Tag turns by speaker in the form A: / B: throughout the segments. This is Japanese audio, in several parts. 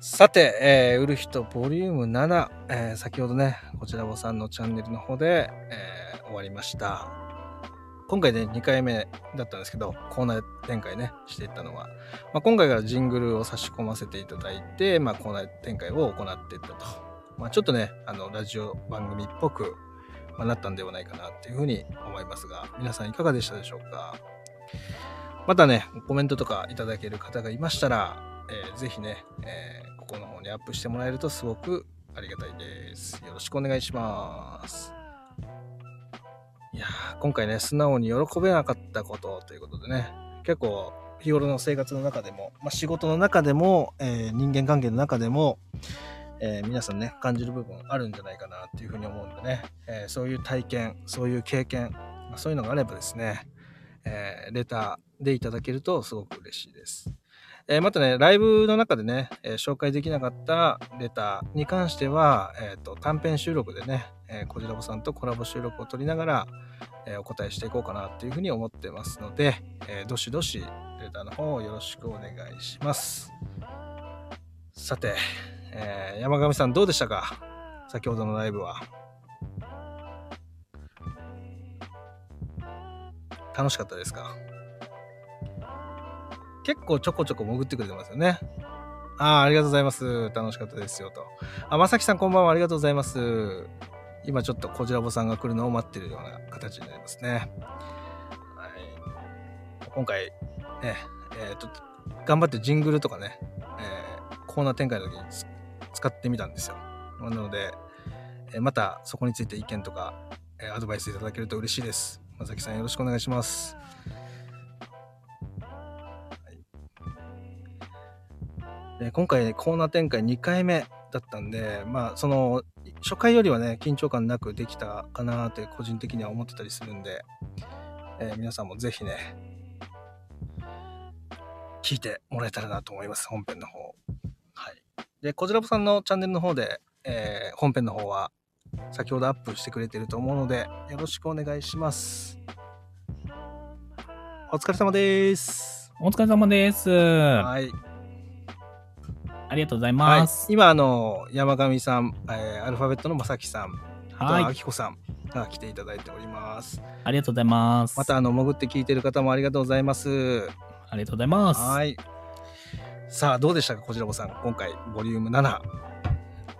A: さて、えー、ウルヒとボリューム7、えー先ほどね、こちらぼさんのチャンネルの方で、えー終わりました。今回で2回目だったんですけど、コーナー展開ね、していったのは、まあ、今回からジングルを差し込ませていただいて、まあ、コーナー展開を行っていったと。まあ、ちょっとね、あの、ラジオ番組っぽく、まあ、なったんではないかなっていうふうに思いますが、皆さんいかがでしたでしょうかまたね、コメントとかいただける方がいましたら、えーぜひね、えーここの方にアップしてもらえるとすごくありがたいです。よろしくお願いします。いやー今回ね、素直に喜べなかったことということでね、結構日頃の生活の中でも、まあ、仕事の中でも、えー人間関係の中でも、えー皆さんね、感じる部分あるんじゃないかなっていうふうに思うんでね、えーそういう体験、そういう経験、まあそういうのがあればですね、えーレターでいただけるとすごく嬉しいです。えーまたね、ライブの中でね、えー紹介できなかったレターに関しては、えーと短編収録でね、えー、こじらぼさんとコラボ収録を取りながら、えーお答えしていこうかなっていうふうに思ってますので、えーどしどしレターの方をよろしくお願いします。さて、えー山上さんどうでしたか先ほどのライブは。楽しかったですか結構ちょこちょこ潜ってくれてますよね。ああ、ありがとうございます。楽しかったですよと。あ、まさきさんこんばんは。ありがとうございます。今ちょっとこじらぼさんが来るのを待ってるような形になりますね。はい。今回、ね、えーちょっと頑張ってジングルとかね、えーコーナー展開の時につ使ってみたんですよ。なので、えーまたそこについて意見とか、えーアドバイスいただけると嬉しいです。まさきさんよろしくお願いします。で今回、ね、コーナー展開2回目だったんで、まあ、その初回よりはね緊張感なくできたかなって個人的には思ってたりするんで、えー皆さんもぜひね聞いてもらえたらなと思います本編の方はいでこじらぼさんのチャンネルの方で、えー本編の方は先ほどアップしてくれてると思うのでよろしくお願いしますお疲れ様です、
B: お疲れ様です。あ
A: はい
B: りがとうございます
A: はい、。今あの山上さん、えーアルファベットのまさきさん
B: はい、
A: あきこさんが来ていただいております
B: ありがとうございます。
A: またあの潜って聞いてる方もありがとうございます
B: ありがとうございます。
A: はいさあどうでしたかこちらぼさん今回ボリューム7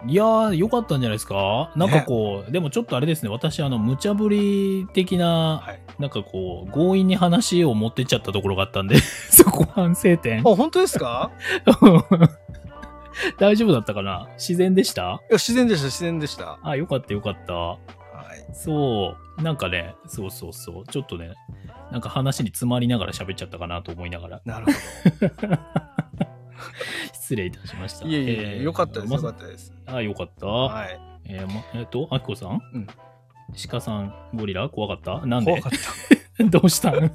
B: いやー、良かったんじゃないですかなんかこう、でもちょっとあれですね、私、あの、無茶ぶり的な、
A: はい
B: なんかこう、強引に話を持ってっちゃったところがあったんで、 そこ反省
A: あ
B: 点。
A: 本当ですか
B: 大丈夫だったかな自然でした
A: いや自然でした自然でした
B: あ、よかったよかった。
A: はい
B: そう、なんかね、そうそうそう、ちょっとね、なんか話に詰まりながら喋っちゃったかなと思いながら、
A: なるほ
B: 失 礼いたしました。
A: どいえいえいえよかったですよ
B: ま
A: か
B: さ
A: ったです
B: あ、よかった。
A: はい
B: えーま、えっ、と、あきこさん、
A: うん
B: 鹿さん、ゴリラ怖かったなん
A: 怖
B: で
A: かっ
B: どうしたん
A: た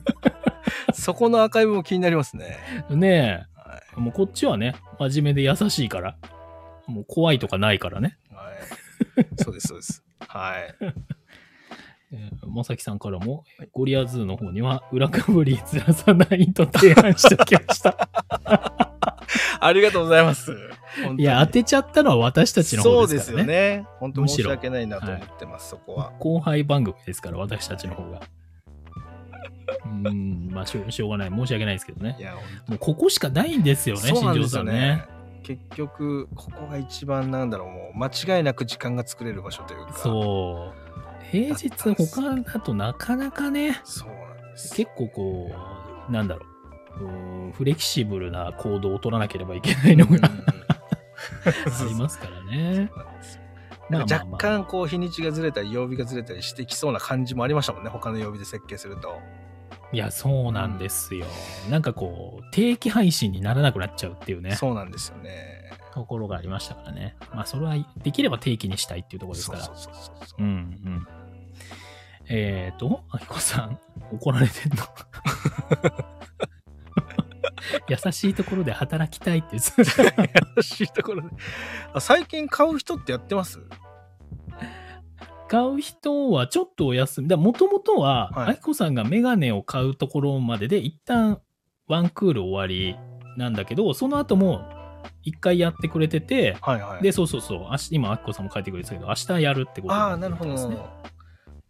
A: そこのアーカイブも気になりますね
B: ね
A: は
B: え、もうこっちはね、真面目で優しいから、もう怖いとかないからね。
A: い、はい、そうですそうですはい
B: えーまさきさんからも、ゴリアズーの方には裏かぶりずらさないと提案しておき ました。
A: ありがとうございます
B: いや、当てちゃったのは私たちの方です
A: そうです
B: か
A: よ
B: らね。
A: ね本当
B: むし
A: 申し
B: ろ
A: 訳ないなと思ってます、そこは
B: 後輩番組ですから、私たちの方 が。うーん、まあしょう、しょうがない。申し訳ないですけどね
A: い。や
B: もうここしかないんですよね、
A: そうなん
B: 新
A: で
B: 庄
A: す
B: さ
A: よ
B: ん
A: ね
B: ね。
A: 結局ここが一番なんだろうもう間違いなく時間が作れる場所というかう
B: そう。平日
A: だったんです
B: 他だとなかなかね、
A: そうなんです
B: 結構こう、なんだろううーん、フレキシブルな行動を取らなければいけないの
A: うん
B: が あ
A: そう
B: り
A: そう
B: ますからね。
A: そうなんですよ
B: まあまあ
A: 若
B: まあ
A: 干こう日にちがずれたり曜日がずれたりしてきそうな感じもありましたもんね他の曜日で設計すると
B: いや、そうなんですよ。なんかこう、定期配信にならなくなっちゃうっていうね、
A: そうなんですよね
B: ところがありましたからね。まあ、それはできれば定期にしたいっていうところですから。
A: そうそうそうそう
B: うんうん。えっ、ー、と、あきこさん、怒られてん の優しいところで働きたいって言ってた
A: 優しいところで あ最近買う人ってやってます
B: 買う人はちょっとお休み。だもともとは、
A: はい
B: あきこさんがメガネを買うところまでで、一旦ワンクール終わりなんだけど、その後も一回やってくれてて、
A: はいはい。
B: で、そうそうそう、明日今、アッコさんも書いてくれてたけど、明日やるってことに
A: あ
B: な
A: あ、
B: っ
A: な
B: て
A: る
B: みた
A: ほ
B: い
A: ど。
B: ですね。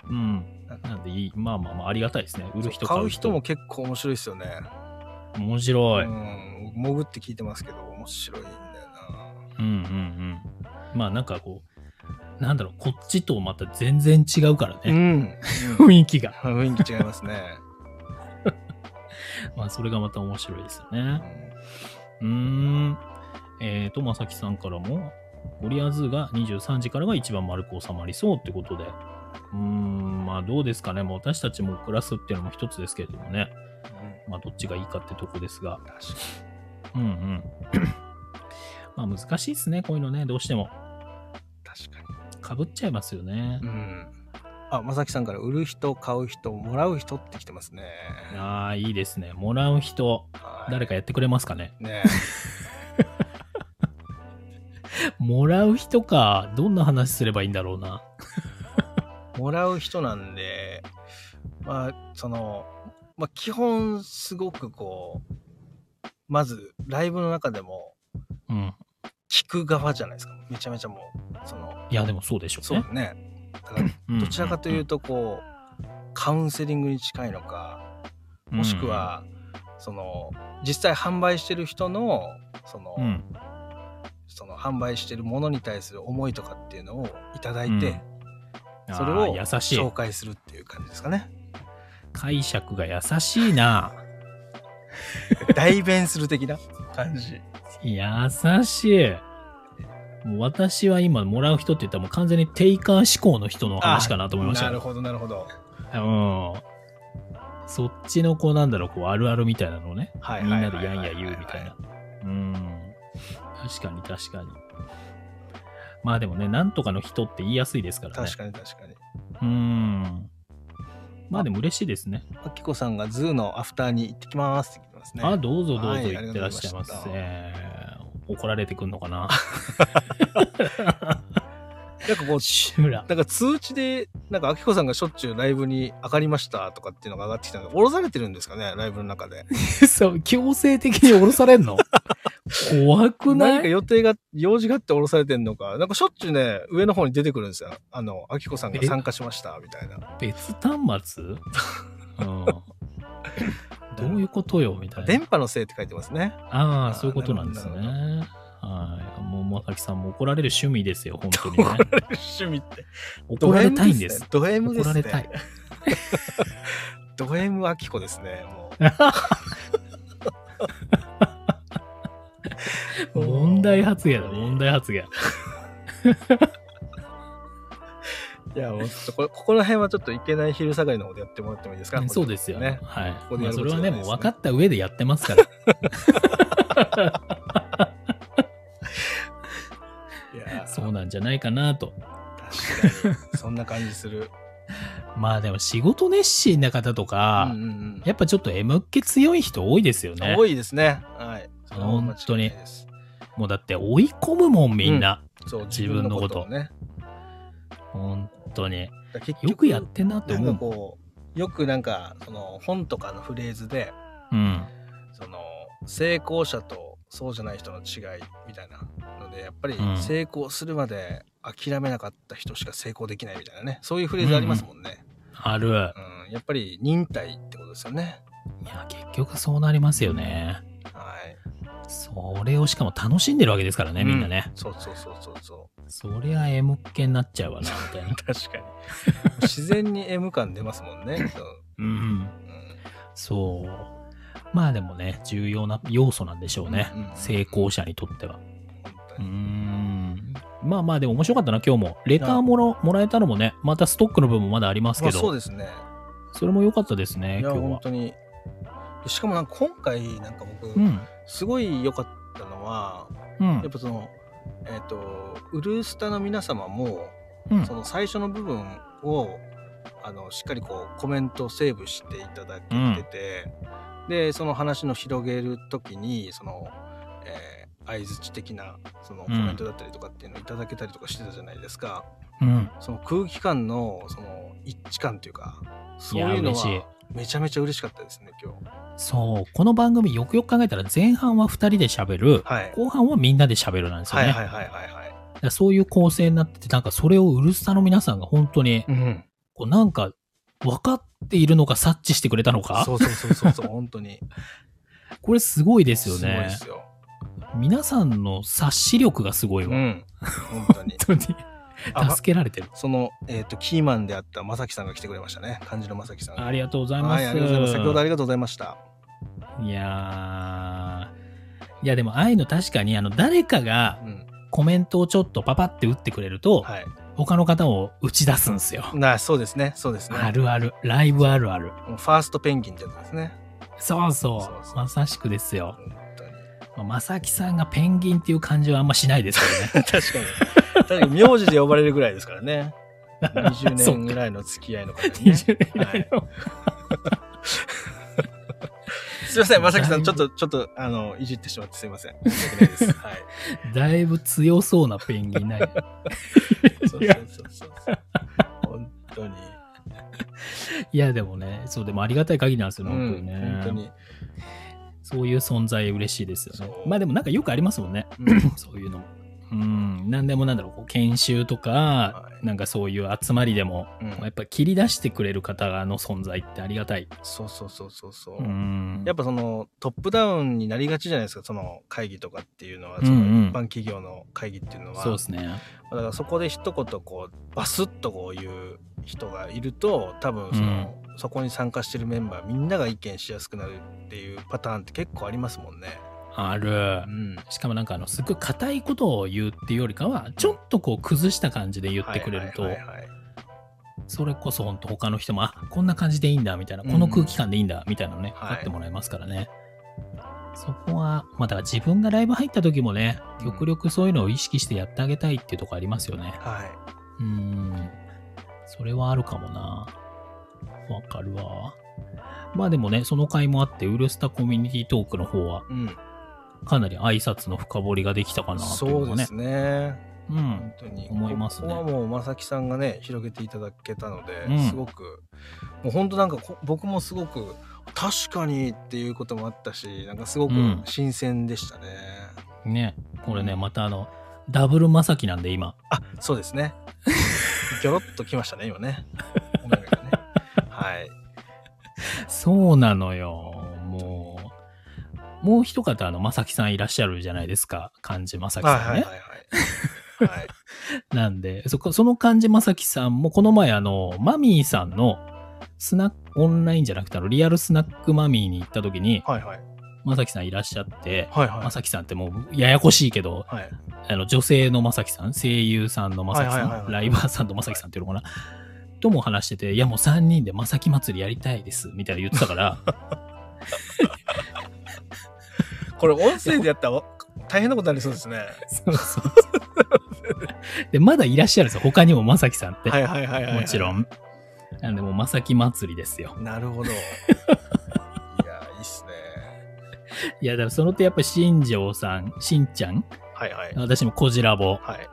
B: うん。なんでいい、まあまあまあ、ありがたいですね。売る人、
A: 買
B: 買
A: う
B: う
A: 人
B: 人。
A: も結構面白いですよね。
B: 面白い。
A: う
B: うん
A: ん、潜って聞いてますけど、面白いんだよ
B: うんうんまあなんかこう、なんだろう、こっちとまた全然違うから
A: な。
B: ね。
A: ん。
B: 雰囲気が。
A: 雰囲気違いますね。
B: まあそれがまた面白いですよね
A: う。ん
B: うーん。えっ、と、まさきさんからも、ゴリアズーが23時からが一番丸く収まりそうってことで。うーん、まあどうですかね。もう私たちも暮らすっていうのも一つですけれどもね。まあどっちがいいかってとこですが。うんうん。 まあ難しいですね。こういうのね。どうしても。
A: 確か
B: かぶっちゃいますよね
A: に。う。ん。あ、まさきさんから売る人、買う人、もらう人って来てますね。
B: ああ、いいですね。もらう人、
A: はい
B: 誰かやってくれますかね。
A: ね
B: もらう人か。どんな話すればいいんだろうな。
A: えもらう人なんで、まあ、その、まあ、基本、すごくこう、まず、ライブの中でも、
B: うん。
A: 聞く側じゃないですか。めちゃめちゃもう、その、
B: いや、でもそうでしょう
A: そう
B: ね
A: だ。ね。だからどちらかというとこうカウンセリングに近いのか
B: と
A: もしく、はその実際販売してる人のその,、
B: うんうん
A: その販売してるものに対する思いとかっていうのをいただいて、
B: うん
A: それを
B: あー優し
A: 紹
B: い
A: 介するっていう感じですかね。
B: 解釈が優しいな
A: 代弁する的な感じ。
B: 優しいもう私は今もらう人って言ったらもう完全にテイカー思考の人の話かなと思いました
A: な
B: よ
A: るほどなるほど。
B: うん、そっちのこうなんだろうこうあるあるみたいなのをね
A: はい
B: みん
A: はいは
B: ない
A: は
B: でやんや言うみたいな。うん確かに確かにまあでもねなんとかの人って言いやすいですからね
A: 確かに確かに。
B: うんまあでも嬉しいですね
A: あきこさんがズーのアフターに行ってきますって言ってますね。
B: あ、どうぞどう
A: は
B: ぞ
A: い
B: 行ってらっしゃいませ。
A: ありがとうござ
B: 怒られてくんのかな
A: なんかこう
B: シュラ。
A: なんか通知で、なんか、あきこさんがしょっちゅうライブに上がりましたとかっていうのが上がってきたので、降ろされてるんですかね、ライブの中で。
B: そう、強制的に降ろされんの怖くな
A: 何か
B: い
A: 予定が、用事があって降ろされてんのか、なんかしょっちゅうね、上の方に出てくるんですよ。あの、あきこさんが
B: え
A: 参加しました、みたいな。
B: 別端末、 うん、どういうことよみたいな。
A: 電波のせいって書いてます ね。
B: ああ、そういうことなんです
A: なるほど
B: ね。はい。もう、まさきさんも怒られる趣味ですよ、本当に ね。
A: 趣味って。
B: 怒られたいんです。
A: ド M で
B: 怒
A: す
B: ら
A: ね。
B: れたい。
A: ド M あきこですね、も う。
B: 問題発言だ、問題発言。
A: いや、もうちょっとこれ、ここら辺はちょっといけない昼下がりの方でやってもらってもいいですか
B: そうですよね
A: ね。
B: はい。
A: こでや
B: まあ、
A: る
B: そ
A: ことじゃ
B: れは
A: な
B: ね、
A: いですね
B: もう分かった上でやってま すから。
A: いやー
B: そうなんじゃないかなと。
A: 確かに。そんな感じす る。
B: まあでも仕事熱心な方とか、
A: うんうん
B: やっぱちょっと M っ気強い人多いですよ
A: うん
B: ね。
A: 多いですね。はい。それは間違い
B: 本当に
A: ないです
B: もうだって追い込むもんみんな。
A: そう、自
B: 自
A: 分の
B: 分の
A: こ
B: ことと
A: をね。
B: 本当に。
A: だから結局
B: よくやってんなって
A: なん
B: 思
A: か
B: う。
A: こう、よくなんか、その本とかのフレーズで、
B: うん。
A: その、成功者とそうじゃない人の違いみたいなので、やっぱり
B: うん
A: 成功するまで諦めなかった人しか成功できないみたいなね。そういうフレーズありますもんね。
B: ある
A: う。ん、やっぱり忍耐ってことですよね。
B: いや、結局そうなりますよね。
A: はい。
B: それをしかも楽しんでるわけですからね、みんなね。
A: そうそうそうそうそう。。
B: そりゃ M っ気になっちゃうわな、みた いな
A: 確かに自然に M 感出ますもん ねそう
B: うん。
A: うん
B: そう。まあでもね、重要な要素なんでしょうね
A: うんうんうん。
B: 成功者にとっては。
A: 本当
B: うー
A: に
B: んまあまあでも面白かったな今日もレターもろもらえたのもねまたストックの分もまだあります
A: ま
B: け
A: あ、そ
B: ど、
A: うですね
B: それも良かったですね
A: いや
B: 今日
A: 本
B: は
A: 当にしかもなんか今回なんか僕、
B: うん
A: すごい良かったのは
B: う
A: やっ
B: ん
A: ぱそのえっ、とウルスタの皆様も
B: うん
A: その最初の部分をあのしっかりこうコメントセーブしていただけてて、でその話の広げる時にその、えー相づち的なそのコメントだったりとかっていうのをいただけたりとかしてたじゃないですか、
B: うん。
A: その空気感のその一致感というかそういうの
B: いや嬉しい
A: はめちゃめちゃ嬉しかったですね今日
B: そう。この番組よくよく考えたら前半は2人で喋る、
A: はい
B: 後半はみんなで喋るなんですよ
A: は
B: ね。
A: いはいはいはいはい
B: だからそういう構成になってて、なんかそれをウルスタの皆さんが本当に、
A: うん
B: こうなんか分かっているのか察知してくれたのか
A: そうそうそうそうそう本当に
B: これすごいですよ
A: すごいで
B: ね。
A: すよ
B: 皆さんの察し力がすごいうわ。
A: ん本当 に
B: 本当に
A: あま
B: 助けられてる。
A: その、えっとキーマンであった正樹さんが来てくれましたね漢字の正樹さんが
B: ありがとうございます。
A: はい、ありがとうございます先ほどありがとうございました
B: いやー。いやでもああいうの確かにあの誰かが
A: うん
B: コメントをちょっとパパって打ってくれると、
A: はい
B: 他の方を打ち出すんですよ。
A: なそうですねそうですね
B: あるある。ライブあるある。
A: もうファーストペンギンってやつですね
B: そうそう。
A: そうそう
B: まさしくですよ。
A: 本当に
B: まあまさきさんがペンギンっていう感じはあんましないですけどね。
A: 確かに確かに名字で呼ばれるぐらいですからね20
B: そう
A: 年ぐらいの付き合いの方にね
B: 20年代の
A: すいません、まさきさん、ちょっと、ちょっと、あの、いじってしまってすいません。申し訳ないです。はい。
B: だいぶ強そうなペンギンない。
A: そうそうそうそう。本当に。
B: いや、でもね、そう、でもありがたい限りなんです
A: う
B: よ、本当に
A: ん、
B: ね。
A: 本当に。
B: そういう存在嬉しいですよね
A: そ。う
B: まあでもなんかよくありますもんね。
A: うん
B: そういうのも。うん。なんでもなんだろう、こう研修とか、
A: い
B: なんかそういう集まりでも、
A: うん
B: やっぱ切り出してくれる方の存在ってありがたい。
A: そうそうそうそうそうう。
B: ん。
A: やっぱそのトップダウンになりがちじゃないですか、その会議とかっていうのは、
B: うん
A: その
B: うん
A: 一般企業の会議っていうのは。
B: そうですね。
A: だからそこで一言こう、バスッとこういう人がいると、多分その、そこに参加してるメンバーみんなが意見しやすくなるっていうパターンって結構ありますもんね。
B: ある
A: う。ん。
B: しかもなんかあの、すっごい硬いことを言うっていうよりかは、ちょっとこう崩した感じで言ってくれると
A: はい、はいはいはい
B: それこそ本当他の人も、あ、こんな感じでいいんだ、みたいな、
A: うん
B: この空気感でいいんだ、みたいなのね、
A: はい
B: 分かってもらえますからね。そこは、まあだから自分がライブ入った時もね、
A: うん
B: 極力そういうのを意識してやってあげたいっていうとこありますよね。
A: はい。
B: うん。それはあるかもな。わかるわ。まあでもね、その回もあって、ウルスタコミュニティトークの方は、
A: うん。
B: かなり挨拶の深掘りができたかなっていうの
A: そうで
B: もね。
A: すね。
B: うん
A: 本。当に
B: 思いますね
A: ここはもう正木さんがね広げていただけたので、
B: うん
A: すごくもう本当なんかこ僕もすごく確かにっていうこともあったしなんかすごく
B: うん
A: 新鮮でしたね、
B: ね、これね、またあの、ダブルまさきなんで今。
A: あそうですね ギョロッときましたね今 ね音楽がねはい
B: そうなのよ。もう、もう一方、あの、まさきさんいらっしゃるじゃないですか。漢字まさき
A: はい
B: さん
A: はいはい
B: ね。
A: はいはい
B: なんで、そこ、その漢字まさきさんも、この前、あの、マミーさんの、スナック、オンラインじゃなくて、あの、リアルスナックマミーに行った時に、
A: はいはい
B: まさきさんいらっしゃって、
A: はい
B: ま
A: は
B: さきさんってもう、ややこしいけど、
A: いはい
B: あの、女性のまさきさん、声優さんのまさき
A: はい
B: さ
A: はいはいは
B: ん、
A: い
B: ライバーさんとまさきさんっていうのかな、とも話してて、いやもう3人でまさき祭りやりたいです、みたいな言って たから、
A: これ音声でやったら大変なことになりそうですね
B: そうそうそう。で、まだいらっしゃるんですよ。他にもまさきさんって。
A: はいはいはいはい、はい、
B: もちろん。なんで、もうまさき祭りですよ。
A: なる ほどいやいいっすね
B: いや、だからその点やっぱ新庄さん、しんちゃん、
A: はいはい
B: 私もこじらぼ。
A: はい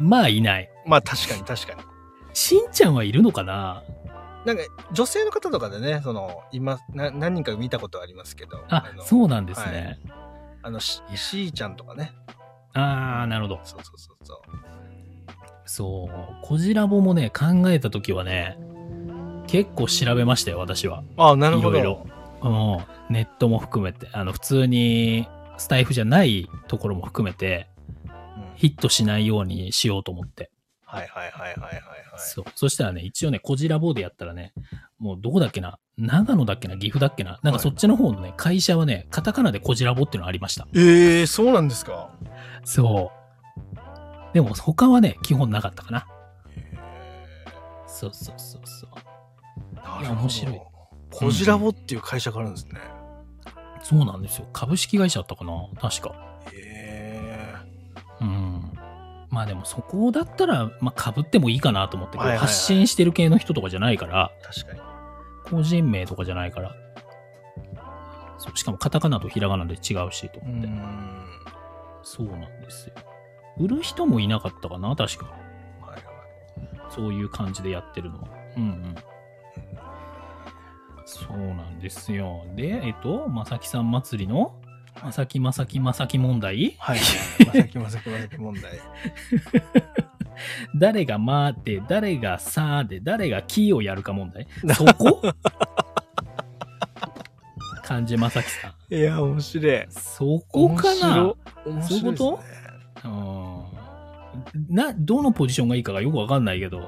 B: まあいない。
A: まあ確かに確かに。
B: しんちゃんはいるのかな
A: なんか女性の方とかでね、その今な何人か見たことありますけど、
B: あ、
A: の
B: そうなんですね。
A: あのし
B: いや
A: しーちゃんとかね、
B: ああ、なるほど。
A: そうそうそうそう。
B: そう。こじらぼもね、考えたときはね、結構調べましたよ、私は。
A: あ、なるほど。
B: いろうん。ネットも含めて、あの、普通に、スタイフじゃないところも含めて、
A: うん
B: ヒットしないようにしようと思って。
A: はいはいはいはいはいはい。
B: そう。そしたらね、一応ね、こじらぼうでやったらね、もうどこだっけな、長野だっけな、岐阜だっけな、なんかそっちの方のね、会社はね、カタカナでこじらぼうっていうのありました。
A: ええー、そうなんですか。
B: そう。でも他はね、基本なかったかな。
A: え
B: そうそうそうそう。
A: ー
B: いや面白い。
A: こじらぼっていう会社があるんですね。
B: そうなんですよ。株式会社だったかな、確か。
A: え
B: うん。まあでもそこだったら、まあ被ってもいいかなと思って、こう
A: はいはいはい
B: 発信してる系の人とかじゃないから、
A: えー、確かに。
B: 個人名とかじゃないから。そうしかもカタカナとひらがなで違うしと
A: う
B: 思って。
A: ん。
B: そうなんですよ。売る人もいなかったかな、確か。
A: はいはい。
B: そういう感じでやってるのは。うんうん。そうなんですよ。で、えっと、まさきさん祭りの、まさきまさきまさき問題
A: はい。まさきまさきまさき問題。
B: 誰がまーで、誰がさーで、誰がキーをやるか問 題そこ漢字まさきさん。
A: いや、面白い。
B: そこかな
A: 面
B: そういう
A: 白
B: こ
A: い。
B: とうんな、どのポジションがいいかがよくわかんないけど、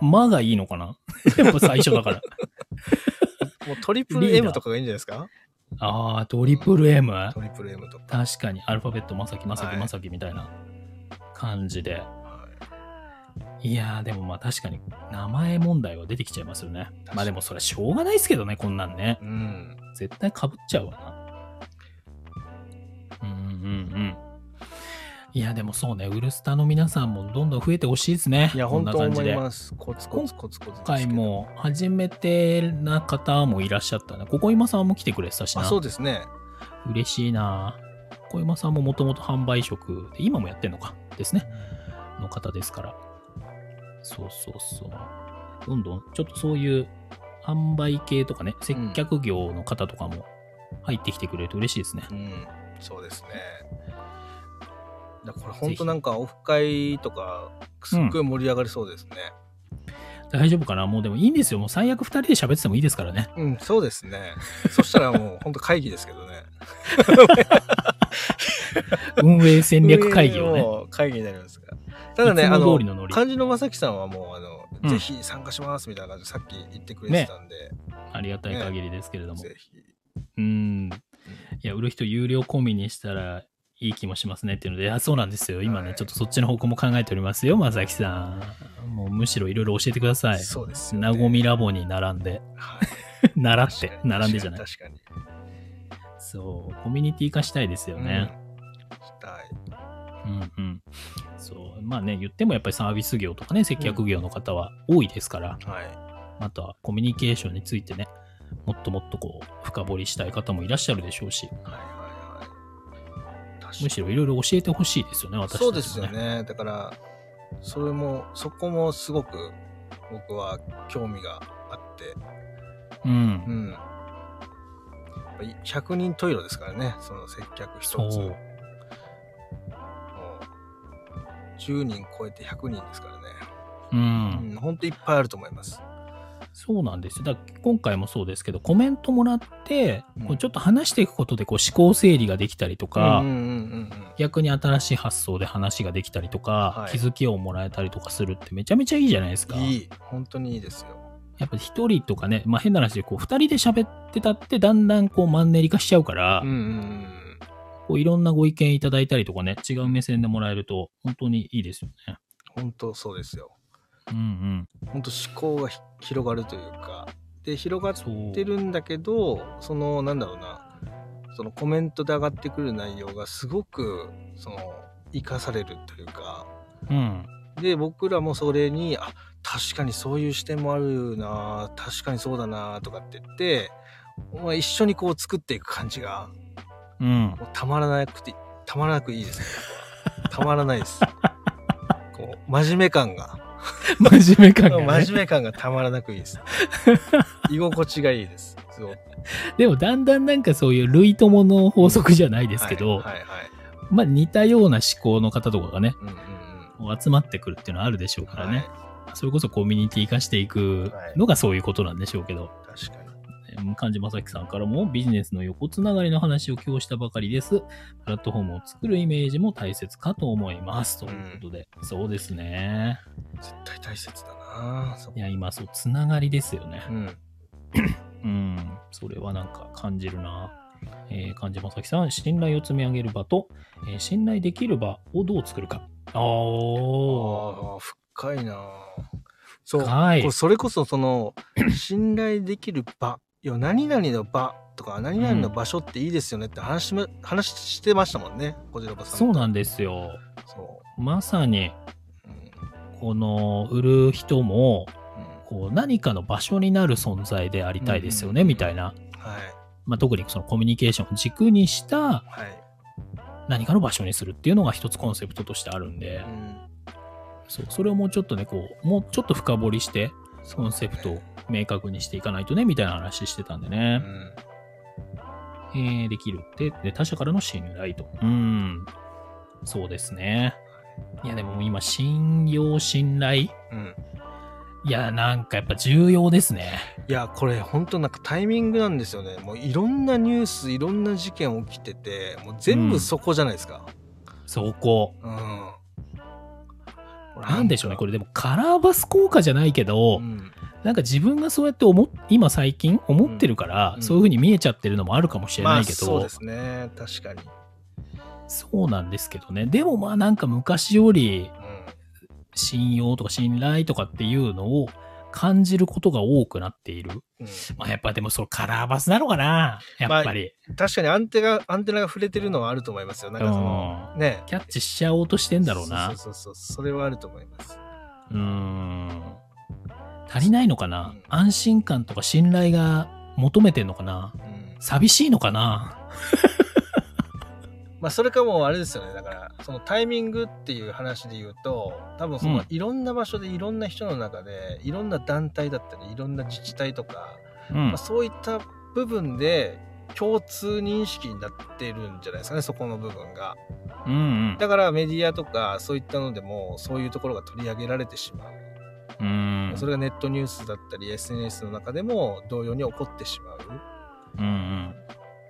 B: まがいいのかな やっぱ最初だから。
A: ともうトリプ
B: リー
A: ル
B: ダー
A: M とかがいいんじゃないですか
B: ああ、トリプル M?
A: トリプル M とか。
B: 確かに、アルファベットまさきまさ
A: は
B: き
A: い
B: まさきみたいな感じで。、
A: はい
B: やー、でもまあ確かに、名前問題は出てきちゃいますよね。まあでもそれはしょうがないですけどね、こんなんね。
A: い。うん。
B: 絶対かぶっちゃうわな。うんうんうん。いや、でもそうね、ウルスタの皆さんもどんどん増えてほしいですね。
A: いや、
B: こ
A: 本
B: んな
A: 当
B: 感じ
A: 思
B: で
A: います。コツコツコツコツ。
B: 今回。も初めてな方もいらっしゃったね。ここ今さんも来てくれてたし
A: あ、
B: な。
A: そうですね。
B: 嬉しいな。小山さんももともと販売職で、今もやってんのかですね。の方ですから。そうそうそう。どんどん、ちょっとそういう販売系とかね、接客業の方とかも入ってきてくれると嬉しいですね
A: う。ん。そうですね。だからこれ本当なんかオフ会とか、すっごい盛り上がりそうですね。
B: 大丈夫かなもうでもいいんですよ。もう最悪2人で喋っててもいいですから ね。
A: うん、そうですね。そしたらもう本当会議ですけどね。
B: 運営 戦略会議をね。
A: もう会議になりますから。ただね、
B: いつ
A: あ
B: も
A: の
B: 通り、のノリ。
A: 漢字の正樹さんはもう、あの、
B: うん
A: ぜひ参加しますみたいな感じでさっき言ってくれてたんで、
B: ありがたい限りですけれども。
A: ぜひ。
B: うん。いや、売る人有料込みにしたらいい気もしますねっていうので、あそうなんですよ。今ね、
A: はい
B: ちょっとそっちの方向も考えておりますよ、正木さん。もうむしろいろいろ教えてください。
A: そうですよね
B: なごみラボに並んで、
A: はい。
B: 習っ
A: 確
B: て
A: か、に
B: 並んでじゃない。
A: 確かに。確か
B: そう、コミュニティ化したいですよ
A: に
B: ね。
A: うんしたい。
B: うん、うん、そう、まあね、言ってもやっぱりサービス業とかね、接客業の方は多いですから、
A: はい。
B: またコミュニケーションについてね、もっともっとこう、深掘りしたい方もいらっしゃるでしょうし、
A: はいはいはい。
B: むしろいろいろ教えてほしいですよね、私たちも
A: そうですよね。だから、それも、そこもすごく僕は興味があって、
B: うん
A: う。ん。やっぱり100人トイレですからね、その接客一つ。
B: そ
A: もう
B: う。
A: 10人超えて100人ですからね。
B: う。
A: うんん、ほんといっぱいあると思います。
B: そうなんですよ。だから今回もそうですけど、コメントもらって、
A: うん
B: こうちょっと話していくことでこう思考整理ができたりとか、
A: うんうんうんうんうん。
B: 逆に新しい発想で話ができたりとか、
A: はい
B: 気づきをもらえたりとかするってめちゃめちゃいいじゃないですか。
A: いい。本当にいいですよ。
B: やっぱ一人とかね、まあ変な話でこう二人で喋ってたってだんだんこうマンネリ化しちゃうから、
A: うんうんうん。
B: こういろんなご意見いただいたりとかね、違う目線でもらえると本当にいいですよね。
A: 本当そうですよ。
B: うんうん。
A: 本当思考がひ広がるというか。で、広がっ
B: そう。
A: ってるんだけどそのなんだろうなそのコメントで上がってくる内容がすごくその生かされるというか
B: うん。
A: で僕らもそれにあ確かにそういう視点もあるな確かにそうだなとかって言って、まあ、一緒にこう作っていく感じが
B: うん。
A: もうたまらなくてたまらなくいいですね僕はたまらないですこう真面目感が
B: 真面目感が、ね。
A: 真面目感がたまらなくいいです居心地がいいですすごく
B: でもだんだんなんかそういう類友の法則じゃないですけど、
A: はいはいはい
B: まあ似たような思考の方とかがね、
A: うんうん
B: 集まってくるっていうのはあるでしょうからね、それこそコミュニティ化していくのがそういうことなんでしょうけど、
A: はい、確かに。
B: ね漢字正樹さんからもビジネスの横つながりの話を今日したばかりです。プラットフォームを作るイメージも大切かと思います。ということで、そうですね。
A: 絶対大切だなそこ
B: いや、今そう、つながりですよね。
A: うん。
B: うん、それはなんか感じるな。えー、漢字まさきさん、信頼を積み上げる場と、えー信頼できる場をどう作るか。あー、
A: ああ、深いなそう。
B: 深い
A: これそれこそその、信頼できる場。いや、何々の場とか、何々の場所っていいですよねって話し,、話してましたもんね、こちらばさん。
B: そうなんですよ。
A: そ
B: まさに、
A: う。うん。
B: この、売る人も、
A: うん
B: こう、何かの場所になる存在でありたいですよね、
A: うん
B: みたいな。
A: はい。
B: まあ、特にそのコミュニケーションを軸にした、
A: はい。
B: 何かの場所にするっていうのが一つコンセプトとしてあるんで、そうそれをもうちょっとね、こう、もうちょっと深掘りして、コンセプトを明確にしていかないとね、みたいな話してたんで
A: う
B: ね。
A: ん
B: えーできるって、で、他者からの信頼と。うん。そうですね。いや、でも今、信用、信頼。
A: うん
B: いや、なんかやっぱ重要ですね。
A: いやこれ本当なんかタイミングなんですよねもういろんなニュースいろんな事件起きててもう全
B: うん
A: 部そこじゃないですか、
B: そこ。
A: うん
B: なんでしょうね。これでもカラーバス効果じゃないけど、
A: うん
B: なんか自分がそうやって思っ、今最近思ってるから、
A: うん
B: そういう風に見えちゃってるのもあるかもしれ
A: ま
B: な
A: あ
B: いけど、
A: そうですね確かに、
B: そうなんですけどね。でもまあなんか昔より信用とか信頼とかっていうのを感じることが多くなっている。
A: うん
B: まあやっぱでもそれカラーバスなのかなやっぱり。
A: うん、確かにアンテナアンテナが触れてるのはあると思いますよなんかその、
B: う
A: ね
B: んキャッチしちゃおうとしてんだろうな。う
A: そうそうそうそうそれはあると思います
B: ーん。足りないのかな、
A: うん
B: 安心感とか信頼が求めてんのかな
A: うん
B: 寂しいのかな
A: まあそれかもうあれですよねだからそのタイミングっていう話で言うと多分その、
B: うん
A: いろんな場所でいろんな人の中でいろんな団体だったりいろんな自治体とか、
B: うん
A: まあ、そういった部分で共通認識になってるんじゃないですかねそこの部分が
B: うん
A: だからメディアとかそういったのでもそういうところが取り上げられてしまう、
B: うん。うん。
A: それがネットニュースだったり SNS の中でも同様に起こってしまう
B: うんうん。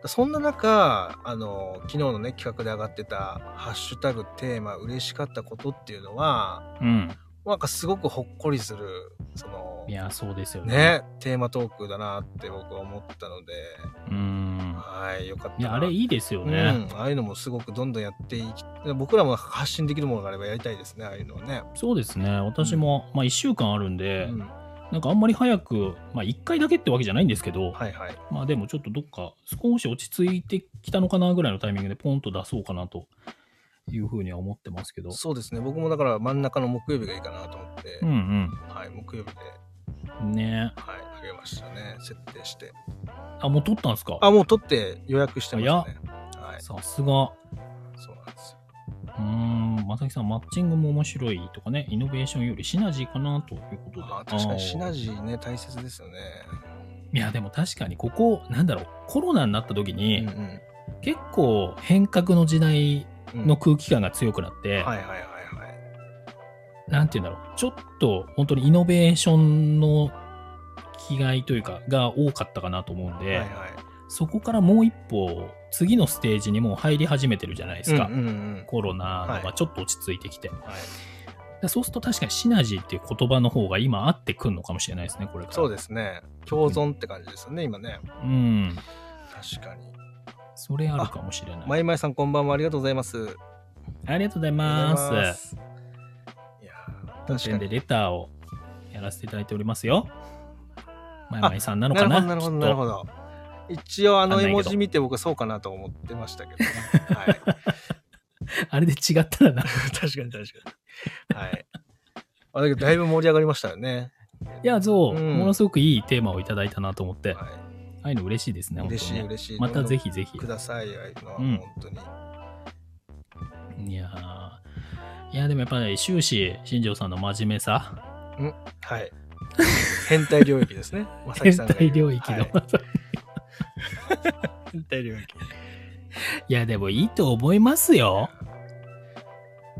A: そんな中、あの、昨日のね、企画で上がってた、ハッシュタグ、テーマ、嬉しかったことっていうのは、
B: うん。
A: なんかすごくほっこりする、その
B: い、や、そうですよね。
A: ね、テーマトークだなって僕は思ったので、
B: うん。
A: はい、よかったな。
B: いや、あれいいですよね。
A: うん、ああいうのもすごくどんどんやっていき、僕らも発信できるものがあればやりたいですね、ああいうのはね。
B: そうですね。私も、まあ1週間あるんで、
A: うん、
B: なんかあんまり早く、まあ1回だけってわけじゃないんですけど、
A: はいはい。
B: まあでもちょっとどっか少し落ち着いてきたのかなぐらいのタイミングでポンと出そうかなというふうには思ってますけど。
A: そうですね、僕もだから真ん中の木曜日がいいかなと思って、
B: うん
A: はい、木曜日で、
B: うん。ねえ
A: はい、あげましたね、設定して。
B: あ、もう撮ったんですか
A: あ、もう取って予約してますね。はい。
B: さす
A: そ
B: が。
A: うなんですよ。
B: うーん、まさきさん、マッチングも面白いとかね、イノベーションよりシナジーかなということで。
A: あー確かにシナ
B: ジー。
A: ジーね、大切ですよね。
B: いや、でも確かにここ、なんだろう、コロナになった時
A: う
B: に、
A: んうん
B: 結構変革の時代
A: うん
B: の空気感が強くなって、
A: はいはいはいはい。
B: なんて言うんだろう、ちょっと本当にイノベーションの気概というか、が多かったかなと思うんで、
A: はいはい。
B: そこからもう一歩、次のステージにもう入り始めてるじゃないですか。
A: うんうんうん。
B: コロナ
A: は
B: が
A: い
B: ちょっと落ち着いてきて、
A: はい、
B: でそうすると確かにシナジーっていう言葉の方が今合ってくるのかもしれないですね、これから。。
A: そうですすね。共存って感じですよね、今ね。
B: うん。
A: 確かに。
B: それあるかもしれな
A: ま
B: い。
A: いまいさん、こんばんは。ありがとうございます。
B: ありがとうございます。
A: す。いやー確か
B: 当店で
A: に。
B: レターをやらせていただいておりますよ。まいまいさんなの
A: な
B: か
A: るほ
B: な
A: ど、なるほど、
B: きっ
A: なる
B: と
A: ほど。一応、あ
B: わ
A: の
B: か
A: 絵
B: んないけ
A: 文
B: ど
A: 字見て、僕、そうかなと思ってましたけどね。 はい。
B: あれで違ったら
A: 確かに
B: な。
A: 確かに。はい。あだけどだいぶ盛り上がりましたよね。
B: いや、そう、
A: うん
B: ものすごくいいテーマをいただいたなと思って、あ
A: は
B: あいうの嬉しいですね、
A: い、
B: 本当
A: 嬉
B: に
A: しい
B: ね。
A: 嬉しい。
B: またぜ
A: ひ。
B: ひぜひ
A: く。ださい、ああいうのは、
B: うん
A: 本当に。
B: いやーいや、でもやっぱり終始、新庄さんの真面目さ、
A: はい。変態領域ですね。まさき
B: 変
A: さんが言
B: 態
A: う
B: 領域の、
A: はいい、、変態領域。
B: や、でも いいと思いますよ。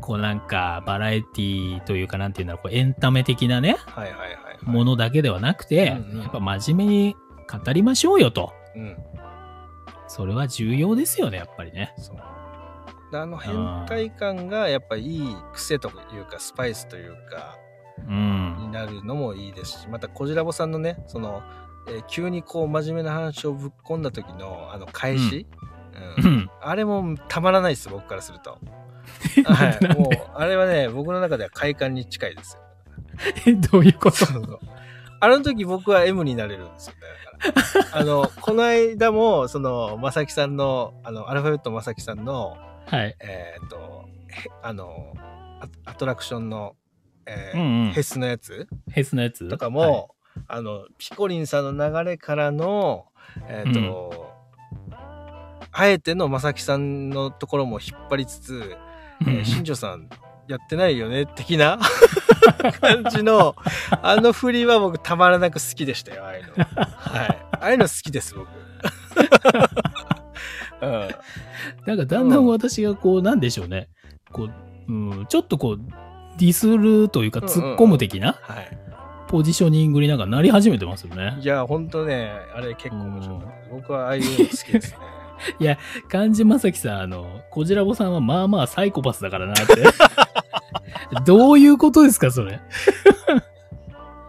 B: こうなんか、バラエティというか、なんていうんだろう、こうエンタメ的なね、
A: はいはいはい、はい。
B: ものだけではなくて、
A: うんうん
B: やっぱ真面目に語りましょうよと。
A: うん。
B: それは重要ですよね、やっぱりね。
A: そう。であの変態感がやっぱいい癖というかスパイスというか
B: うん。
A: になるのもいいですしまたこじらぼさんのねその、えー急にこう真面目な話をぶっ込んだ時のあの返し、
B: う
A: うん
B: ん。
A: あれもたまらないです、僕からすると。はい、もう、あれはね、僕の中では快感に近いですよ。
B: え どういうこと
A: そうそうあの時僕は M になれるんですよね。だからあの、この間も、その、まさきさんの、あの、アルファベットまさきさんの、
B: はい。
A: えーっと、へあの、アアトラクションの、え
B: う
A: ー
B: んうん。
A: ヘスのやつ
B: ヘスのやつ
A: とかも、あの、ピコリンさんの流れからの、えーっと、あえての正木さんのところも引っ張りつつ、えー新庄さんやってないよね的な 感じのあの振りは僕たまらなく好きでしたよああいうの、はい、ああいうの好きです 僕、うん、
B: なんかだんだん私がこう、なんでしょうね。こう、うん、ちょっとこう、ディスるというか、
A: うんうん
B: 突っ込む的な
A: はい
B: ポジショニングになんかなり始めてますよね。
A: いやほんとねあれ結構面白かった僕はああいうの好きですね
B: 漢字まさきさん、あの、こじらぼさんはまあまあサイコパスだからなって。どういうことですか、それ。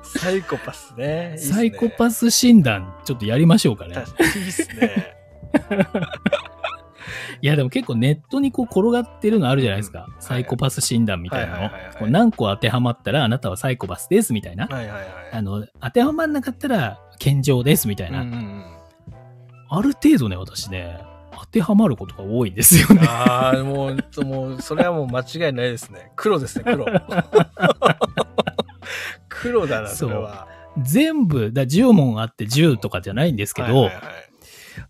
A: サイコパスねいいっすね
B: サイコパス診断、ちょっとやりましょうかね。
A: 確かにいいっすね
B: いや、でも結構ネットにこう転がってるのあるじゃないですか。
A: い
B: サイコパス診断みたいな
A: はい
B: の
A: はいはいはい。
B: こう何個当てはまったら、あなたはサイコパスです、みた いな。
A: はいはいは
B: あ
A: い
B: の、当てはまんなかったら、健常です、みたいな。
A: うんうんうん
B: ある程度ね、私ね、当てはまることが多いんですよね。
A: ああ、もう、ともう、それはもう間違いないですね。黒ですね、 黒。黒だな、それは。
B: 全部、だ10問あって10とかじゃないんですけど、い
A: はいはいは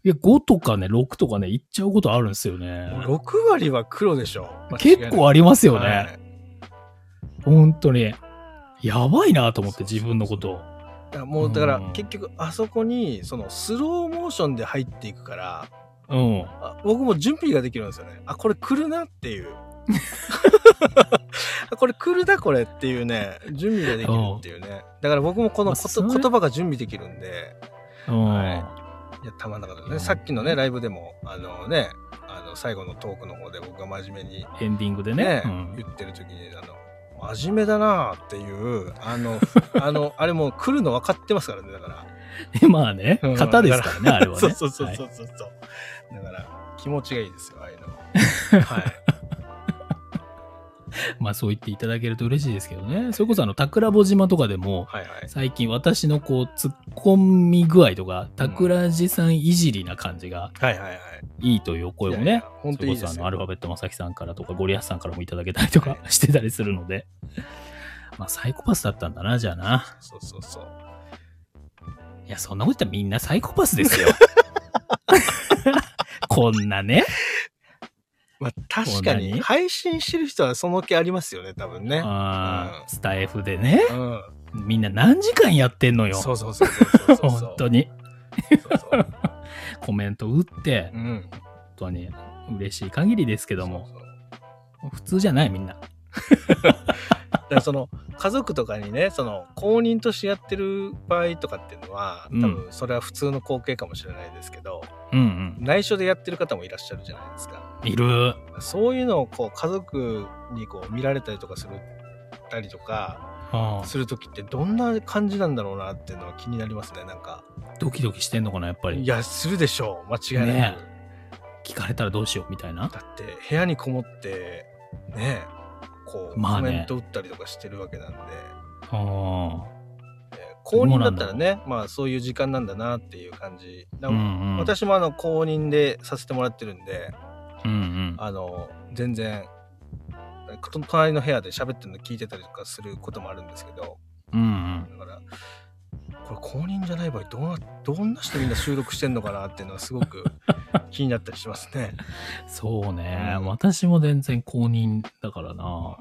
A: い
B: や5とかね、6とかね、いっちゃうことあるんですよね。
A: もう6割は黒でしょ。
B: 結構あります
A: る
B: よね。本当に。やばいなと思って、自分のことを。
A: もう、だから
B: うん、
A: 結局、あそこに、その、スローモーションで入っていくから、
B: うん。
A: あ僕も準備ができるんですよね。あ、これ来るなって いう。あこれ来るな、これっていうね、準備ができるっていうね。だから僕もこのこ
B: まあ
A: と
B: それ
A: 言葉が準備できるんで、
B: うん。
A: はい、いやたまんなかったですね、さっきのねライブでもあのねあの最後のトークの方で僕が真面目に
B: エンディングで
A: ね
B: ね。うん
A: 言ってる時にあの真面目だなあっていうあ のあのあれもう来るの分かってますからねだから、
B: でまあね
A: うん、
B: 型ですからね、あれは ね。
A: そうそうそう
B: はい
A: そうそうそうだから気持ちがいいですよああ いうのははい
B: まあそう言っていただけると嬉しいですけどね。それこそあの、桜穂島とかでも、
A: はいはい
B: 最近私のこう、突っ込み具合とか、桜地さんいじりな感じが
A: はいはいはい
B: いいというお声も
A: いやい
B: ね
A: や、本当いいで
B: それこ
A: す
B: そ
A: よ
B: あのアルファベットまさきさんからとか、ゴリアスさんからもいただけたりとかしてたりするので、まあサイコパスだったんだな、じゃあな。
A: そうそうそう
B: いや、そんなこと言ったらみんなサイコ パスですよ。こんなね。
A: まあ確か
B: こう
A: に
B: 何
A: 配信してる人はその気ありますよね多分ね
B: あ
A: うん
B: ースタイフでね。
A: うん
B: みんな何時間やってんのよ。
A: そうそうそうそうそうそう
B: 本当に。
A: そうそう
B: コメント打って
A: う、ん
B: 本当に嬉しい限りですけども、
A: そうそう
B: 普通じゃないみんな。
A: だからその家族とかにねその公認としてやってる場合とかっていうのは
B: うん
A: 多分それは普通の光景かもしれないですけど、
B: うん
A: 内緒でやってる方もいらっしゃるじゃないですか
B: うん。いる。
A: そういうのをこう家族にこう見られたりとかするたりとか
B: あー
A: する時ってどんな感じなんだろうなっていうのは気になりますねなんか
B: ドキドキしてんのかな、やっぱり
A: い。やするでしょう間違いなく、
B: ね聞かれたらどうしようみたいな。
A: だって部屋にこもってねこう、
B: まあ
A: コ
B: ね
A: メント打ったりとかしてるわけなんで
B: あ
A: 公認だったらねまあそういう時間なんだなっていう感じ、
B: あ。うんうん。
A: 私もあの公認でさせてもらってるんで
B: うんうん。
A: あの全然と隣の部屋で喋ってるの聞いてたりとかすることもあるんですけど
B: うんうん。
A: だからこれ公認じゃない場合どうなどんな人みんな収録してんのかなっていうのはすごく気になったりします ね。
B: そうね。
A: うん
B: 私も全然公認だからな。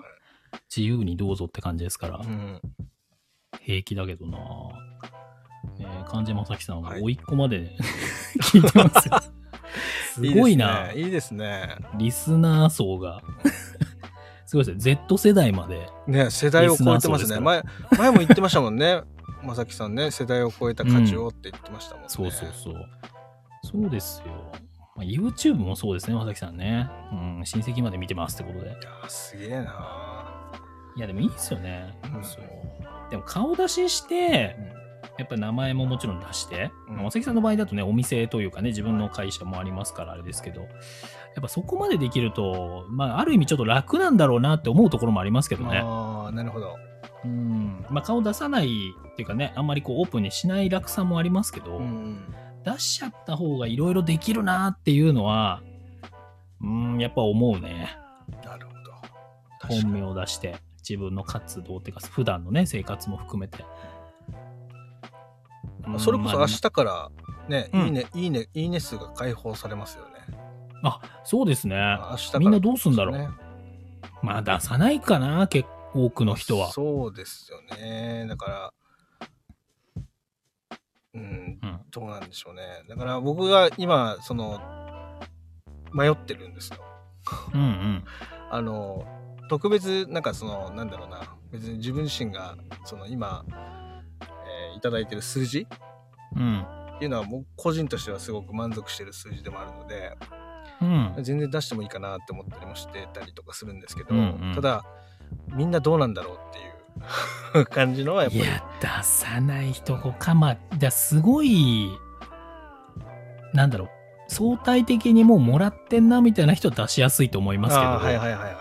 B: 自由にどうぞって感じですから
A: う、ん、
B: 平気だけどな。ねえ、漢字まさきさんは
A: はい
B: 甥っ子まで、 聞いてます よ。すごいな。
A: いいですね。
B: リスナー層が。 すごいですね。Z 世代まで。
A: いいですねね世代を超えてま
B: リ
A: す
B: スナー層です
A: ね
B: から
A: 前前も言ってましたもんねまさきさんね世代を超えた価値をって言ってましたもんね。
B: そうそうそう。そうですよ。まあ YouTube もそうですね、まさきさんね。うん、親戚まで見てますってこと
A: い
B: で。
A: やーすげえなー
B: いや、でもいいですよね。
A: うん
B: そう。でも顔出しして、やっぱり名前ももちろん出して、
A: うん
B: まあ松崎さんの場合だとね、お店というかね、自分の会社もありますからあれですけど、やっぱそこまでできると、まあ、ある意味ちょっと楽なんだろうなって思うところもありますけどね。
A: ああなるほど。
B: うん。まあ、顔出さないっていうかね、あんまりこうオープンにしない楽さもありますけど、
A: うん
B: 出しちゃった方がいろいろできるなっていうのは、うん、やっぱ思うね。
A: なるほど。確か
B: 本
A: に
B: 名を出して自分の活動っていうか普段のね生活も含めて
A: それこそ
B: ま
A: 明
B: あ
A: 日からね、
B: うん
A: いいね、いいね、いいね数が解放されますよね。
B: あ、そうですね。
A: 明日から
B: みんなどうすんだろう
A: ですね
B: まあ出さないかな、結構多くの人は。
A: そうですよね。だから、うん、
B: うん。
A: どうなんでしょうね。だから僕が今、その、迷ってるんですよ。
B: うんうん。
A: あの、特別、なんかその、なんだろうな、別に自分自身が、その今、えーいただいてる数字
B: うん。
A: っていうのは、僕個人としてはすごく満足してる数字でもあるので、
B: うん。
A: 全然出してもいいかなって思ったりもしてたりとかするんですけど、
B: うんうん
A: ただみんなどうなんだろうっていう感じのはやっぱ
B: い
A: り
B: や、出さない人か、まあ、だすごい、なんだろう、相対的にもうもらってんなみたいな人は出しやすいと思いますけど、
A: あーはいはいはいはいは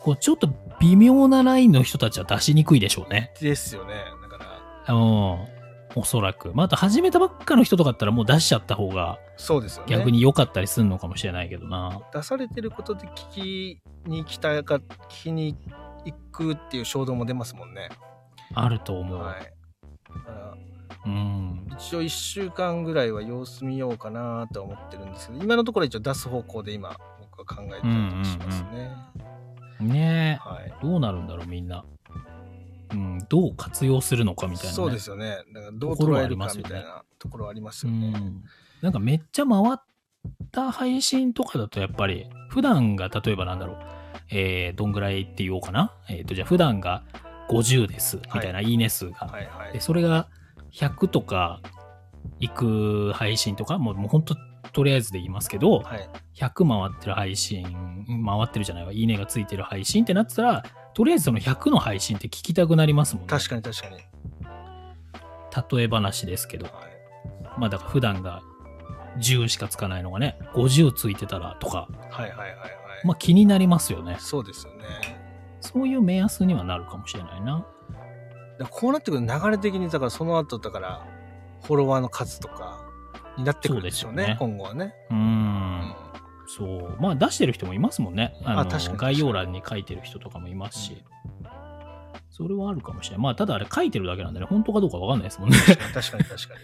B: こうちょっと微妙なラインの人たちは出しにくいでしょうね。
A: いですよねだから
B: うん。おそらく。まあ、あと始めたばっかの人とかだったらもう出しちゃった方が
A: そうですよね
B: 逆に良かったりするのかもしれないけどな。
A: 出されてることで聞きに行きたいか聞きに行くっていう衝動も出ますもんね
B: あると思う。
A: はいだから
B: うん。
A: 一応1週間ぐらいは様子見ようかなとは思ってるんですけど今のところ一応出す方向で今僕は考えてたりしますね、
B: ね
A: はい
B: え。どうなるんだろう、みんな。うん。どう活用するのかみたいな、ね。
A: そうですよね。だからどう
B: とこ
A: 捉
B: ろは
A: え
B: あり
A: る
B: ま
A: か
B: す
A: み
B: よね
A: たいなところあります
B: う
A: よね。
B: ん。なんかめっちゃ回った配信とかだとやっぱり、普段が例えばなんだろう、えー、どんぐらいって言おうかな。えっ、と、じゃあ普段が50です、みたいな、いいね数が。
A: はいは
B: で、
A: い。
B: それが100とか行く配信とか、もうもうほんと、とりあえずで言いますけど、
A: はい。
B: 100回ってる配信、回ってるじゃないわ、いいねがついてる配信ってなってたら、とりあえずその100の配信って聞きたくなりますもんね。
A: 確かに確かに。
B: 例え話ですけど。
A: はい
B: まあだから普段が10しかつかないのがね、50ついてたらとか、
A: はいはいはいはい。
B: まあ気になりますよね。
A: そうですよね。
B: そういう目安にはなるかもしれないな。
A: だからこうなってくると流れ的にだからその後だからフォロワーの数とかになってくるんでしょうね
B: そうですよ
A: 今後はね。
B: うー
A: うん
B: ん。そう。まあ出してる人もいますもんね。あの
A: あ確かに
B: 概要欄に書いてる人とかもいますし。それはあるかもしれない。まあただあれ書いてるだけなんでね、本当かどうかわかんないですもんね。
A: 確かに確 かに確かに。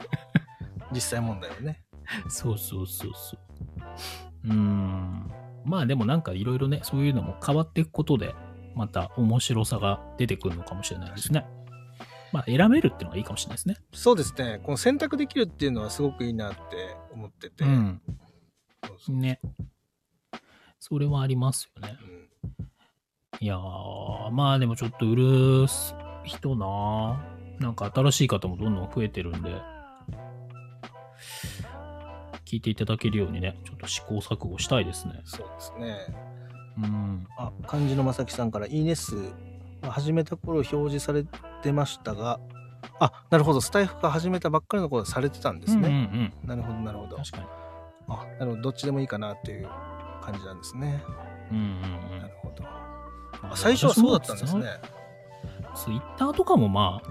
A: 実際問題はね。
B: そうそうそうそう。うーん。まあでもなんかいろいろね、そういうのも変わっていくことで、また面白さが出てくるのかもしれないですね。まあ選べるってのがいいかもしれないですね。
A: そうですね。この選択できるっていうのはすごくいいなって思ってて。
B: うん。
A: そうそう
B: ね。それはありますよね。
A: うん
B: いやー、まあでもちょっと売る人なーなんか新しい方もどんどん増えてるんで、聞いていただけるようにね、ちょっと試行錯誤したいですね。
A: そうですね。
B: うん。
A: あ漢字のまさきさんから「いいね数」まあ始めた頃表示されてましたがあなるほどスタイフが始めたばっかりの頃はされてたんです
B: うん
A: ね、
B: うんうん。
A: なるほどなるほど
B: 確かに。
A: あなるほどどっちでもいいかなっていう感じなんですね
B: うんうん
A: なるほど
B: うん
A: あ最初はそうだったんですね。
B: ツイッターとかもまあ、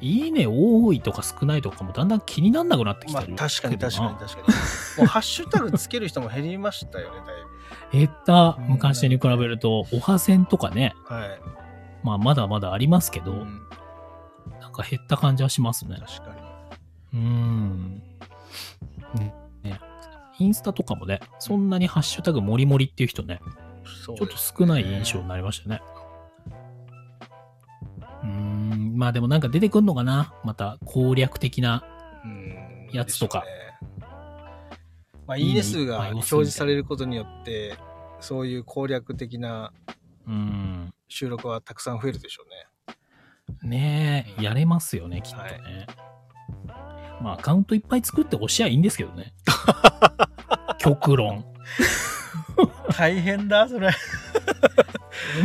B: いいね多いとか少ないとかもだんだん気になんなくなってき
A: ま
B: て
A: あ
B: るけどな。
A: 確かに確かに確かに もうハッシュタグつける人も減りましたよねだい
B: 減った昔に比べると、おはせんとかね、
A: ぶはい
B: まあまだまだありますけど、
A: うん
B: なんか減った感じはしますね。
A: 確かに
B: うーん。ね。インスタとかもね、そんなにハッシュタグもりもりっていう人ね、
A: そう
B: ちょっ
A: で
B: と
A: す
B: 少ない印象になりましたね。うーん、まあでもなんか出てくんのかなまた攻略的な
A: うん
B: やつとか
A: でしょうねまあ、いいね数が
B: いいねいっぱい押すみたいな
A: 表示されることによってそういう攻略的な
B: うん。
A: 収録はたくさん増えるでしょうね。
B: ねえ、やれますよね、きっとね。
A: はい
B: まあ、アカウントいっぱい作って押しゃいいんですけど ね。極論。
A: 大変だそれ。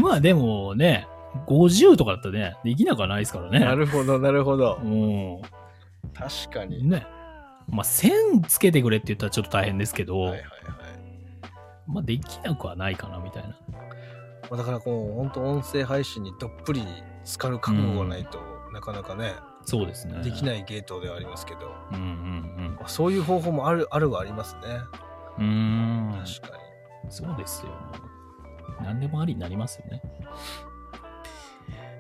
B: まあ、でもね、50とかだったらね、できなくはないですから ね。
A: なるほどなるほど。
B: う
A: 確かに。
B: ん。ね。まあ、1000つけてくれって言ったらちょっと大変ですけど、
A: はいはいはい。
B: まあ、できなくはないかな、みたいな。
A: まあだからこう本当音声配信にどっぷり浸かる覚悟がないと、なかなかね
B: そうですね。。
A: できないいゲートではありますけど、ま
B: うんうん
A: あそういう方法もあるあるはありますね。
B: うん。うーん。
A: 確かに。
B: そうですよ。何でもありになりますよね。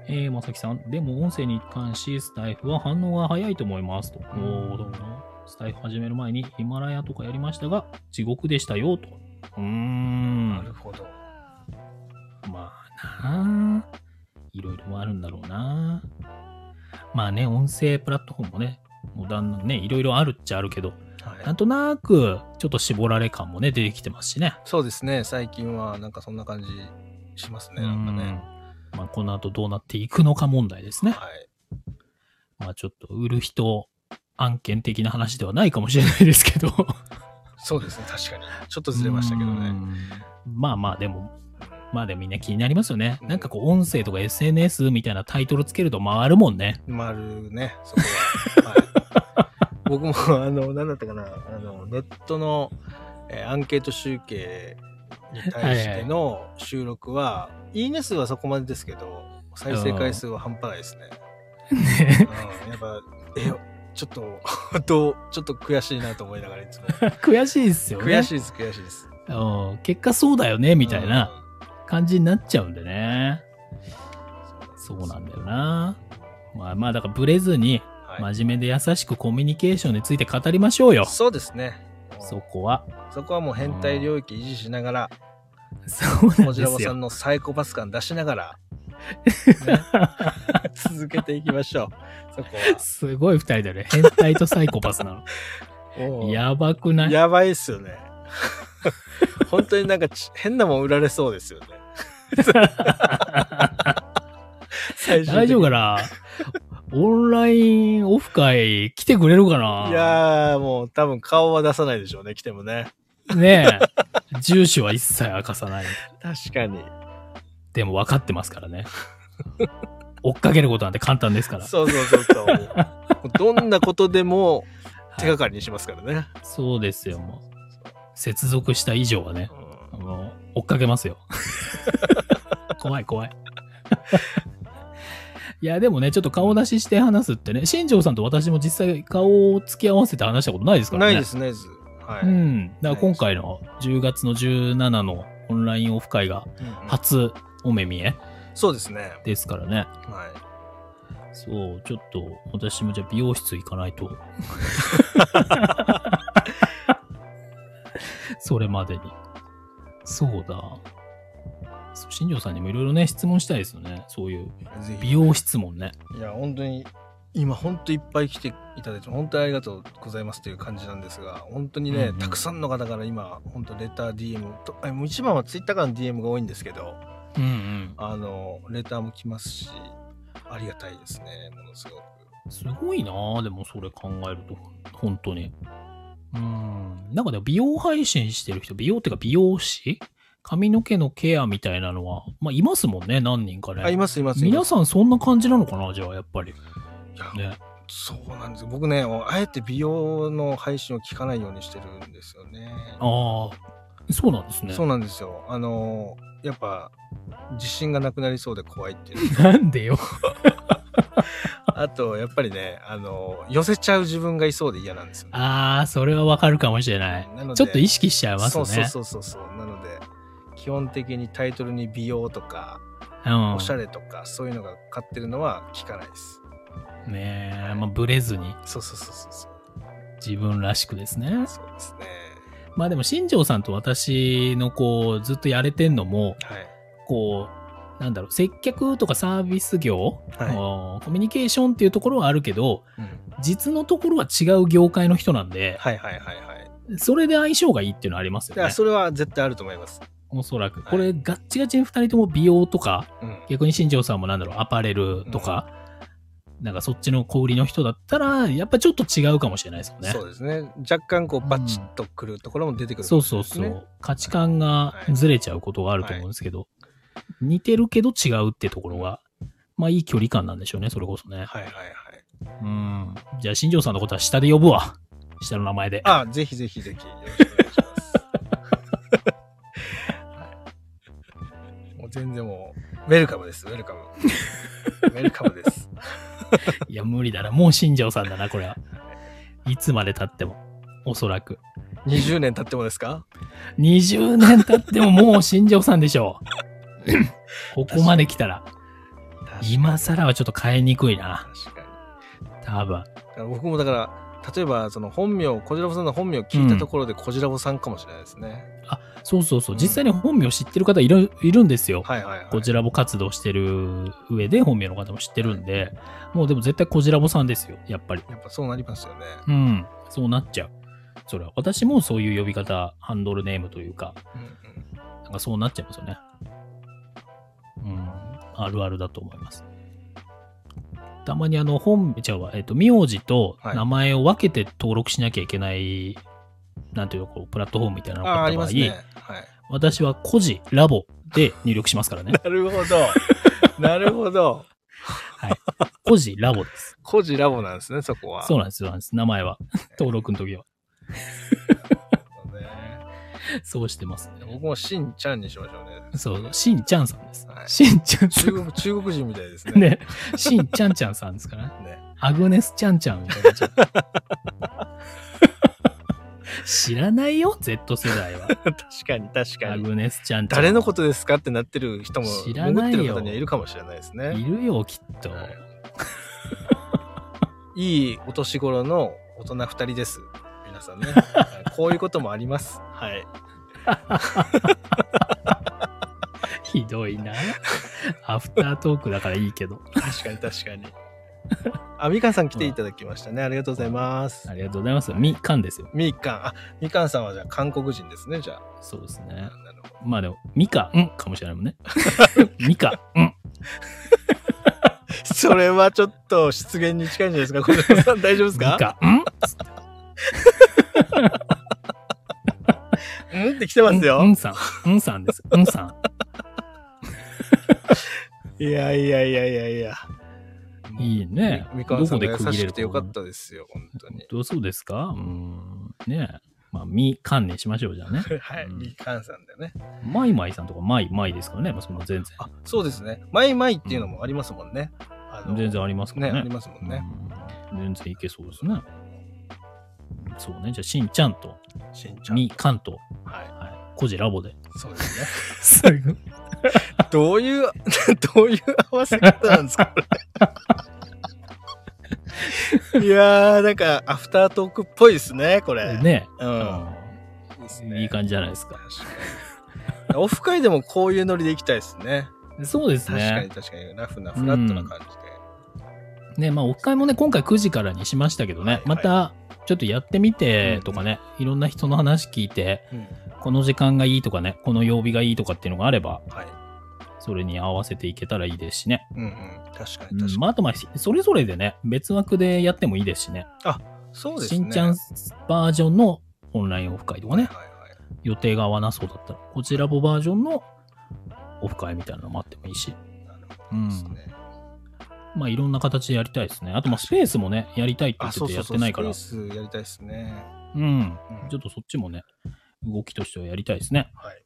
B: えー、まさきさん、でも音声に関し、スタイフは反応が早いと思いますと。おーどうも。スタイフ始める前にヒマラヤとかやりましたが、地獄でしたよと。うーん。
A: なるほど。
B: まあなあいろいろあるんだろうなまあね、音声プラットフォームもね、もうだんだんね、いろいろあるっちゃあるけど、な
A: は
B: ん
A: い。
B: となく、ちょっと絞られ感もね、出てきてますしね。
A: そうですね。最近はなんかそんな感じしますね。なんかね。
B: うんまあ、この後どうなっていくのか問題ですね。
A: はい。
B: まあ、ちょっと売る人案件的な話ではないかもしれないですけど。
A: そうですね。確かに。ちょっとずれましたけど
B: う
A: ね。
B: ん。まあまあ、でも、まあでもみんな気になりますよね。なんかこう、音声とか SNS みたいなタイトルつけると回るもんね。
A: 丸 ね。そこは。はい、僕も、あの、なんだったかな。あの、ネットの、えーアンケート集計に対しての収録は、いいね数はそこまでですけど、再生回数は半端ないですね。
B: ね
A: うんやっぱ、え、ちょっと、 どう、ちょっと悔しいなと思いながらいつも。
B: 悔しいですよね。
A: 悔しいです、悔しいです。
B: うん結果そうだよね、みたいな感じになっちゃうんでね。
A: うん。
B: そうなんだよな。まあまあ、だからブレずに、
A: はい。
B: 真面目で優しくコミュニケーションについて語りましょうよ。
A: そうですね。
B: そこは。
A: そこはもう変態領域維持しながら、
B: そうな
A: こ
B: ん
A: ち
B: で
A: らぼ
B: す
A: さ
B: よ。
A: んのサイコパス感出しながら、 ね続けていきましょう。そこ
B: すごい二人だね。変態とサイコパスな
A: は。も
B: の。
A: う
B: やばくない
A: やばいっすよね。 本当になんかち変なもん売られそうですよ ね。最終的に
B: 大丈夫かなオンラインオフ会来てくれるかない
A: やー、もう多分顔は出さないでしょうね、来てもね。
B: ねえ。住所は一切明かさない。
A: 確かに。
B: でも分かってますからね。追っかけることなんて簡単ですから。
A: そうそうそうそう。もうどんなことでも手がかりにしますからね。
B: そうですよ、もう。接続した以上はね、
A: うん
B: もう追っかけますよ。 怖い怖い。いや、でもね、ちょっと顔出しして話すってね、新庄さんと私も実際顔を付き合わせて話したことないですから
A: な
B: ね。。
A: いです、ないです。はいううん
B: ん。だから今回の10月の17のオンラインオフ会が初お目見え
A: そうですね。
B: ですからね。
A: は
B: そう、ちょっと私もじゃあ美容室行かない と。それまでに。そうだ。そう新庄さんにもいろいろね、質問したいですよね。そういう
A: い。ぜ
B: 美
A: ひ。
B: 容質問ね。
A: いや、本当に、今本当いっぱい来ていただいて、本当にありがとうございますという感じなんですが、本当にね、
B: うんうん
A: たくさんの方から今、本当レター、DM と、あもう一番はツイッターからの DM が多いんですけど、
B: うんうん。
A: あの、レターも来ますし、ありがたいですね、ものすごく。
B: すごいなあでもそれ考えると。本当に。うん。なんかでも美容配信してる人、美容っていうか美容師髪の毛のケアみたいなのは、まあいますもんね、何人かね。
A: あ、います、います。いま
B: 皆
A: す
B: さんそんな感じなのかなじゃあ、やっぱり。
A: いや
B: ね。
A: そうなんですよ僕ねあえて美容の配信を聞かないようにしてるんですよね
B: ああ、そうなんですね
A: そ。うなんですよあのやっぱ自信がなくなりそうで怖いっていう
B: なんでよ。
A: あとやっぱりねあの寄せちゃう自分がいそうで嫌なんですよね
B: ああ、それはわかるかもしれない。
A: なので
B: ちょっと意識しちゃいます
A: そう
B: ね。
A: そうそうそうそうなので基本的にタイトルに美容とか
B: うん
A: おしゃれとかそういうのが買ってるのは聞かないです
B: ねえ、まあ、ブレずに
A: そうそうそうそうそう
B: 自分らしくですね。
A: そうですね
B: まあでも、新庄さんと私のこう、ずっとやれてんのも、
A: はい
B: こう、なんだろう、接客とかサービス業、
A: はい
B: おコミュニケーションっていうところはあるけど、
A: うん
B: 実のところは違う業界の人なんで、
A: はいはいはいはい
B: それで相性がいいっていうのはあります
A: だ
B: よ
A: から
B: ね。
A: それは絶対あると思います
B: おそらく。
A: い
B: これ、ガッチガチに二人とも美容とか、
A: うん
B: 逆に新庄さんもなんだろう、アパレルとか、なんかそっちの小売りの人だったら、やっぱちょっと違うかもしれないですよね。
A: そうですね。若干こうバチッとくるところも出てくる、
B: そうそうそう、価値観がずれちゃうことがあると思うんですけど、似てるけど違うってところが、まあいい距離感なんでしょうね、それこそね。
A: はいはいはい。
B: うん。じゃあ新庄さんのことは下で呼ぶわ。下の名前で。
A: あ、ぜひぜひぜひよろしくお願いします。はいもう全然もうウェルカムです。ウェルカム。ウェルカムです。
B: いや、無理だな。もう新庄さんだな、これは。いつまで経っても。おそらく。
A: 20年経ってもですか？
B: 20年経ってももう新庄さんでしょ う。ここまで来たら。今更はちょっと変えにくいな。
A: 確かに。
B: 多
A: だ
B: 分。
A: から僕もだから例えばその本名こじらぼさんの本名を聞いたところでこじらぼさんかもしれないですね、
B: そうそうそうう。
A: ん
B: 実際に本名知ってる方いるいるんですよ。
A: はいはいはい
B: こじらぼ活動してる上で本名の方も知ってるんで、もうでも絶対こじらぼさんですよ、やっぱり。
A: やっぱそうなりますよね
B: うん。そうなっちゃう。それは。私もそういう呼び方、ハンドルネームというか、
A: うんうん
B: なんかそうなっちゃいますよね。うん。あるあるだと思います。たまにあの、本、じゃあ、えっと、名字と
A: はい
B: 名前を分けて登録しなきゃいけない、なんていうの、こう、プラットフォームみたいなのが
A: あー
B: あ
A: あ
B: った
A: り
B: 場合、
A: ますねはい
B: 私は個人ラボで入力します からね。
A: なるほどなるほど
B: 個人ラボです。
A: コジラボなんですねそこは
B: そうなんです、そうなんです。名 前は。登録の時は。
A: そうね
B: そうしてますね。
A: 僕もしんちゃんにしましょうね
B: そう、しんちゃんさんです
A: は。い
B: しんちゃんさ
A: 中
B: ん。
A: 国中国人みたいですね
B: ね、しんちゃんちゃんさんですからね。
A: ね
B: アグネスちゃんちゃんみたいになっちゃった。知らないよ、Z 世代は。
A: 確かに確か
B: ア
A: に
B: グネスちゃんちゃん。
A: 誰のことですかってなってる人も
B: 知らな
A: 潜っ
B: い
A: てる
B: よ
A: 方にはいるかもしれないですね
B: いるよ、きっと。
A: はいいいお年頃の大人2人です。皆さんね。はいこういうこともあります。はい。
B: ひどいな。アフタートークだからいいけど。
A: 確かに確かに。あ、みかんさん来ていただきましたね。ありがとうございます
B: あ。りがとうございます。みかんですよ。
A: みかん。あ、みかんさんはじゃあ韓国人ですね、じゃ
B: そうです
A: あ
B: ね。。
A: なるほど
B: まあでも、みかんかもしれないも んね。みかん。
A: それはちょっと失言に近いんじゃないですか、小島さん。大丈夫です
B: み
A: か
B: かん。
A: うんって来てます
B: う
A: よ。
B: んさん。うんさんです。うんさん。
A: いやいやいやいやいや。
B: いいね
A: みみかんさんが
B: どこで
A: 優
B: 区切
A: し
B: れる
A: く
B: か
A: てよかったですよ、本当に。
B: どうそうですかうーん。ねえ。まあ、みかんにしましょうじゃあね。
A: はい、
B: うん
A: みかんさんでね。
B: マイマイさんとかマイマイですからね。まあ、その全
A: あ、そうですね。マイマイっていうのもありますもんね。あ
B: 然。
A: の
B: 全然ありますか
A: ね、
B: ら
A: あ
B: ね。
A: りますもんね。
B: うん全然いけそうですね。そうね。じゃあ、しんちゃんと、
A: しんちゃん。
B: みかんと、
A: は
B: はい。コジラボで。
A: い。そうですね。
B: すごい。
A: どういう、 どういう合わせ方なんですか、 これ。いやー、なんか、アフタートークっぽいですね、これ。
B: ね
A: う
B: え。
A: ん。いいです
B: うんいい感じじゃないですか。
A: 確かにオフ会でもこういうノリで行きたいですね。
B: そうです
A: 確かに
B: ね。
A: 確かに。ラフな、フラットな感じで。
B: ね、まあ、オフ会もね、今回9時からにしましたけど
A: はい
B: ね
A: は、い
B: また、ちょっとやってみてとかね、いろんな人の話聞いて、
A: うん
B: この時間がいいとかね、この曜日がいいとかっていうのがあれば、
A: はい。
B: それに合わせていけたらいいですしね。
A: うんうん。確か
B: う
A: に確か
B: ん
A: に。
B: まあ、あとまあ、それぞれでね、別枠でやってもいいですしね。
A: そうです
B: し
A: ね。
B: んちゃんバージョンのオンラインオフ会とか
A: はい
B: ね、
A: はいはい。
B: 予定が合わなそうだったら、こちらもバージョンのオフ会みたいなのもあってもいいし、
A: なるほ
B: う
A: どです
B: ん。
A: ね。
B: まあ、いろんな形でやりたいですね。あと、まあ、スペースもね、やりたいって言
A: あ、
B: って
A: そう
B: て
A: そ
B: や
A: う
B: っ
A: そ
B: て
A: う。
B: ない
A: ス
B: か
A: ペー、
B: ら
A: スやりたいですね。
B: うん。
A: うん
B: ちょっとそっちもね、動きとしてはやりたいですね。
A: はい。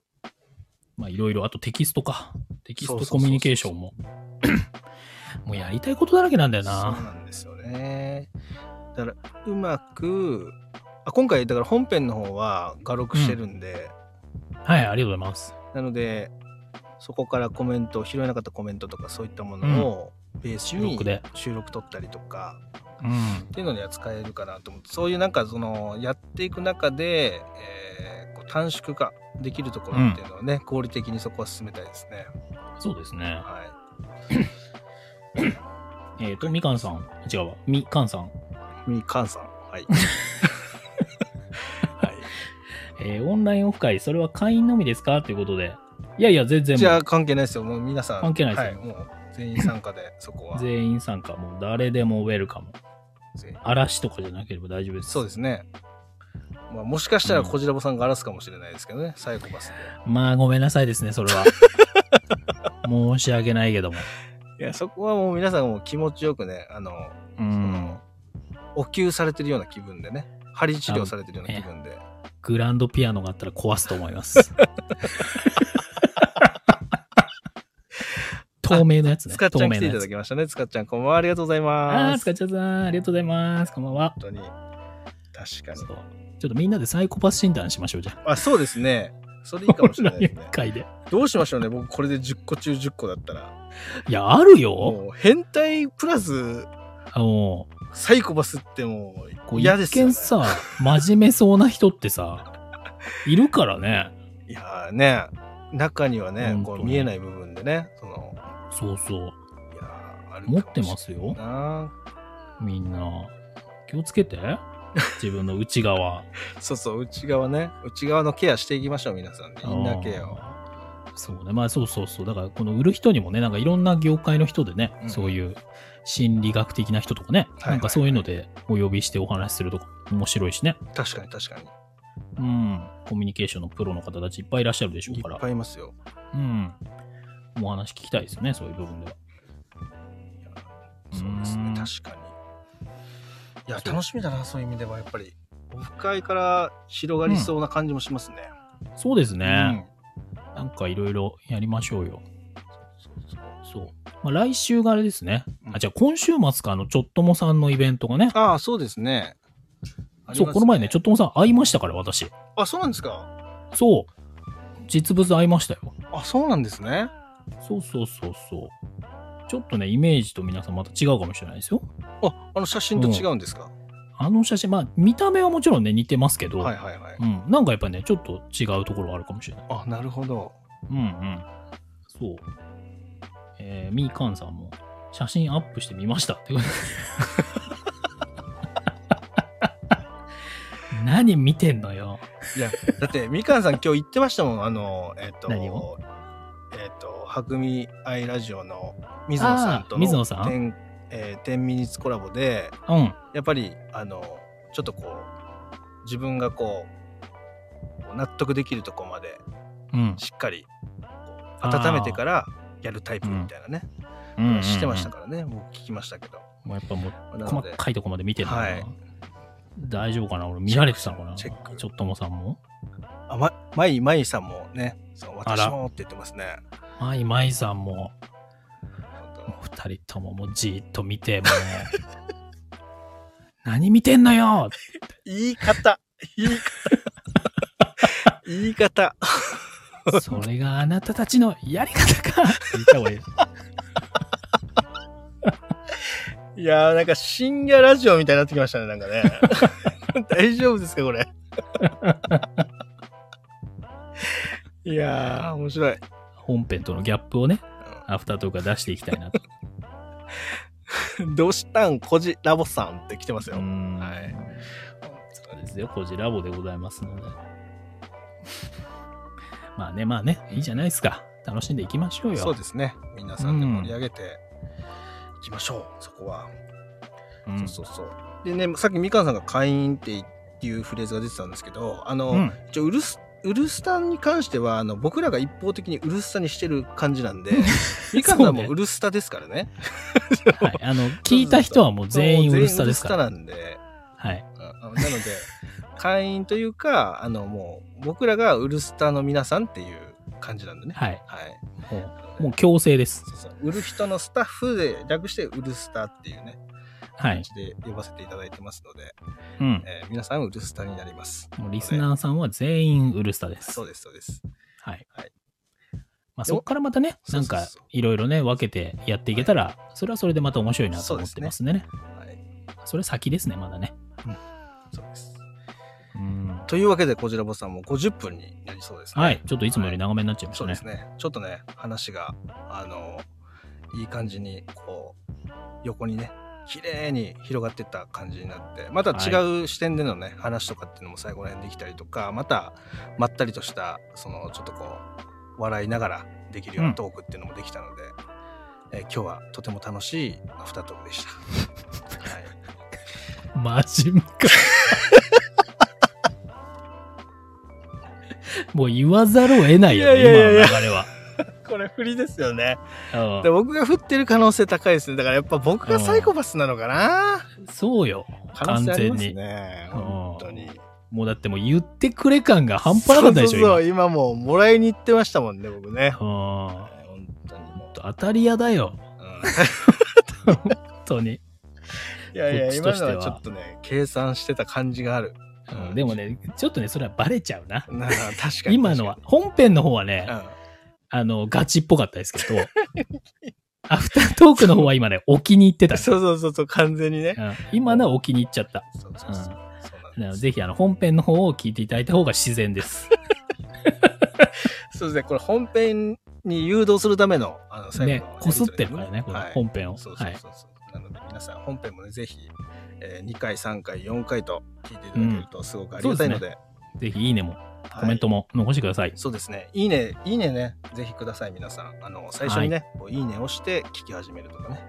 B: まあいろいろ、あとテキストか。テキス
A: そうそうそうそ
B: ト
A: う
B: コミュニケーショ ンも。もうやりたいことだらけなんだよ
A: そう
B: な。
A: なんですよね。だからうまくあ今回だから本編の方は画録してるんで、
B: はい、ありがとうございます。
A: なのでそこからコメント拾えなかったコメントとかそういったものをベース
B: 収
A: に
B: 録で
A: 収録取ったりとか
B: うん
A: っ。ていうのには使えるかなと思ってそういうなんかそのやっていく中で、えーこう短縮化できるところっていうのはね、合理的にそこは進めたいですね。
B: そうですね。
A: は
B: えっ、と、みかんさん。違うわ。みかんさん。
A: い、みかんさんはいはい、
B: えーオンラインオフ会、それは会員のみですかということで。いやいや、全然
A: じゃ
B: も
A: あ関係ないですよもう皆さん
B: 関係ないですよ
A: はい、もう全員参加でそこは
B: う全員参加。もう誰でもウェルカム。嵐とかじゃなければ大丈夫です。
A: そうですね。まあ、もしかしたらこじらぼさんが荒らすかもしれないですけどね、サイコパス
B: まあ、ごめんなさいですね、それは。 申し訳ないけども。
A: で。いや、そこはもう皆さんもう気持ちよくね、あの、
B: う
A: そ
B: ん
A: の。お給されてるような気分でね、針治療されてるような気分で。
B: グランドピアノがあったら壊すと思 います。透明のやつね。
A: つかっちゃ
B: 透
A: ん来
B: 明の
A: てい
B: や
A: た
B: つ
A: だきましたね。つかっちゃん、こんばんは。ありがとうござい
B: あ
A: ま
B: あ、
A: す。
B: つかっちゃんさん、ありがとうございます。こんばんは。
A: 本当に。確か
B: そ
A: に
B: う。ちょっとみんなでサイコパス診断しましょう、じゃあ。。
A: あ、そうですね。それいいかもし れないですね
B: 回で。
A: どうしましょうね。僕、これで10個中10個だったら。
B: いや、あるよ。
A: もう、変態プラス、
B: あの、
A: サイコパスっても
B: こ
A: う
B: う
A: 嫌で
B: 一
A: すよ、
B: 見
A: ね。
B: さ、真面目そうな人って さ、いるからね。
A: いやーね、中にはね、こ
B: 本
A: う
B: 当
A: 見えない部分でね、その、
B: そうそう。
A: いやーあるかもしれない
B: 持ってますよ。
A: な
B: みんな。気をつけて。自分の 内側。
A: そうそう、内側ね、内側のケアしていきましょう、皆さんね。インナーケアを。
B: あーそうね。まあそうそうそう。だからこの売る人にもね、なんかいろんな業界の人でね、
A: うん
B: そういう心理学的な人とかね、
A: いはい
B: なんかそういうのでお呼びしてお話しするとか面白いしね。
A: 確かに確かに。
B: うん。コミュニケーションのプロの方たちいっぱいいらっしゃるでしょ
A: いうっ
B: から。
A: ぱいいますよ。
B: うん。お話聞きたいですよね、そういう部分では。
A: いやそうです
B: う
A: ね
B: ん、
A: 確かに。いや、
B: そう
A: 楽しみだな、そういう意味では、やっぱり。オフ会から広がりそうな感じもしますね。
B: そうです
A: う
B: ね。なんかいろいろやりましょうよ。そう。まあ、来週があれですね。
A: うん
B: あ、じゃあ今週末か、あの、ちょっともさんのイベントがね。
A: ああ、そうですね。
B: そう、この前ね、ち
A: っ
B: ょっともさん会いましたから、私。
A: と。あ、そうなんですか。
B: そう。実物会いましたよ。
A: あ、そうなんですね。
B: そうそうそうそう。ちょっとね、イメージと皆さんまた違うかもしれないですよ。
A: あ、あの写真と違うんですか。
B: あの写真、まあ、見た目はもちろんね、似てますけど、
A: はいはいはい。
B: うん、なんかやっぱね、ちょっと違うところがあるかもしれない。
A: あ、なるほど。
B: うんうん。そう。えー、みーかんさんも、写真アップしてみました ってことで何見てんのよ。
A: いや、だって、 みかんさん今日言ってましたもん。あの、えっ、と、
B: 何を
A: えっ、と、はくみアイラジオの水野さんと
B: あー
A: の
B: 水野さん
A: 天えー、天ミニッツコラボで、
B: うん。
A: やっぱり、あの、ちょっとこう、自分がこう、納得できるとこまで
B: うん。
A: しっかりこう温めてからやるタイプみたいなね、してました
B: か、
A: からね、僕聞きましたけど。
B: もうやっぱもう、
A: なの
B: 細
A: で、
B: かいとこまで見てるな、
A: はい
B: 大丈夫かな俺見られてたのかな
A: チェック
B: ちょっともさんも
A: あ、ま、まいまいさんもね、そう
B: あら
A: 私もって言ってますね。
B: まいまいさんも
A: 本当
B: もう二人とももうじーっと見てもう 何見てんの よ
A: 言い方、言い 方、言い方。
B: それがあなたたちのやり方かって言った方がいい。
A: いやー、なんか深夜ラジオみたいになってきましたね、なん かね。大丈夫ですか、こ れ。いやー、面白い。
B: 本編とのギャップをね、アフタートークは出していきた いなと。
A: どうしたん、こじラボさんって来てますよ。
B: ん
A: はい。
B: そうですよ、コジラボでございますので。 まあね、まあね、いいじゃないですか。楽しんでいきましょうよ。
A: そうですね。皆さんで盛り上げていきましょう、そこは。
B: うん
A: そうそうそう。でね、さっきみかんさんが会員っていうフレーズが出てたんですけど、あの、
B: うん
A: ちょウルス、ウルスタに関しては、あの、僕らが一方的にウルスタにしてる感じ なんで、みかんさん
B: そうね
A: もウルスタですからね。
B: はい、あの、聞いた人はもう全員ウルスタですか
A: もう
B: ら。
A: 全員ウルスタなんで、
B: はい。
A: うん なので、会員というか、あの、もう、僕らがウルスタの皆さんっていう感じなんでね。
B: はい。
A: はい。
B: もう、もう強制です。
A: そうそう売る人のスタッフで略して売るスターっていうね、
B: は
A: 感
B: い。
A: じで呼ばせていただいてますので、
B: うん。
A: えー皆さん売るスターになります。
B: もうリスナーさんは全員ウルスタです
A: そ。うです、そうです。
B: はい
A: はい。
B: まあ、そこからまたね、
A: で
B: な
A: も
B: ん
A: そうそ
B: か
A: うそう、
B: いろいろね、分けてやっていけたら、それはそれでまた面白いなと思ってますね。
A: はい、
B: それ先ですね、まだね。
A: そうです。
B: うん。
A: というわけで、こちらぼさんも50分になりそうですね。
B: はい。ちょっといつもより長めになっちゃいまし
A: そ
B: た
A: う
B: ね。
A: ですね。ちょっとね、話が、あの、いい感じに、こう、横にね、綺麗に広がってった感じになって、また違う視点でのね、話とかっていうのも最後ら辺できたりとか、また、まったりとした、その、ちょっとこう、笑いながらできるよう
B: う
A: なんトークっていうのもできたので、えー今日はとても楽しいアフタートークでした。はい。
B: 真面目か。 もう言わざるを得ないよね、
A: いやいやいや
B: 今の流れは。
A: これ、振りですよね。
B: うん
A: で僕が振ってる可能性高いですね。だからやっぱ僕がサイコパスなのかな。
B: そうよ。
A: 可能
B: 完
A: 性あり
B: 全
A: ます
B: に。
A: ね。
B: うん
A: 本当に。
B: もうだってもう言ってくれ感が半端なかったでし
A: そ
B: ょ、
A: うそうそう今もうもらいに行ってましたもんね、僕ね。
B: 今。うん。
A: 本当にも
B: 当たり屋だよ。
A: う。
B: 本当に。
A: うん いやい
B: こ
A: や、
B: っち
A: 今
B: として
A: の
B: は
A: はちょっとね、計算してた感じがある。うん
B: でもね、ちょっとね、それはバレちゃうな。
A: なあ確かに確かに。
B: 今のは、本編の方は
A: う
B: ね
A: ん。、
B: あの、ガチっぽかったですけど、アフタートークの方は今ね、置きに行ってたね、
A: そうそうそうそう、完全にね。
B: うん今のは置きに行っちゃった。
A: そうそうそう。そうなんです
B: だからぜひあの本編の方を聞いていただいた方が自然です。
A: そうですね、これ本編に誘導するための、あの、
B: ね
A: の、
B: こすってるからね、この
A: はい。
B: 本編を。
A: そう
B: は
A: そう
B: い。
A: そうそう。なので皆さん本編もね、ぜひ、えー、2回、3回、4回と聞いていただけるとすごくありがたいので、
B: ぜひいいねも
A: はい
B: コメントも残してください。
A: そうですね。いいね、いいねね、ぜひください、皆さん。あの、最初にね、こうい、いねをして聞き始めるとかね。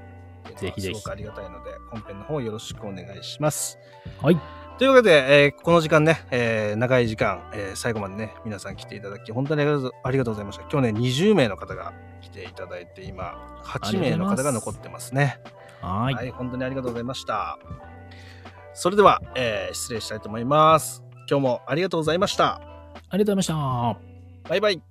B: ぜひぜひ
A: すごくありがたいので、本編の方よろしくお願いします。
B: はい。
A: というわけで、えーこの時間ね、えー長い時間、えー最後までね、皆さん来ていただき、本当にありがとうありがとうございました。去年20名の方が来ていただいて、今、8名の方が残ってますね。
B: は
A: はい、
B: ーい。
A: 本当にありがとうございました。それでは、えー失礼したいと思います。今日もありがとうございました。
B: ありがとうございました。
A: バイバイ。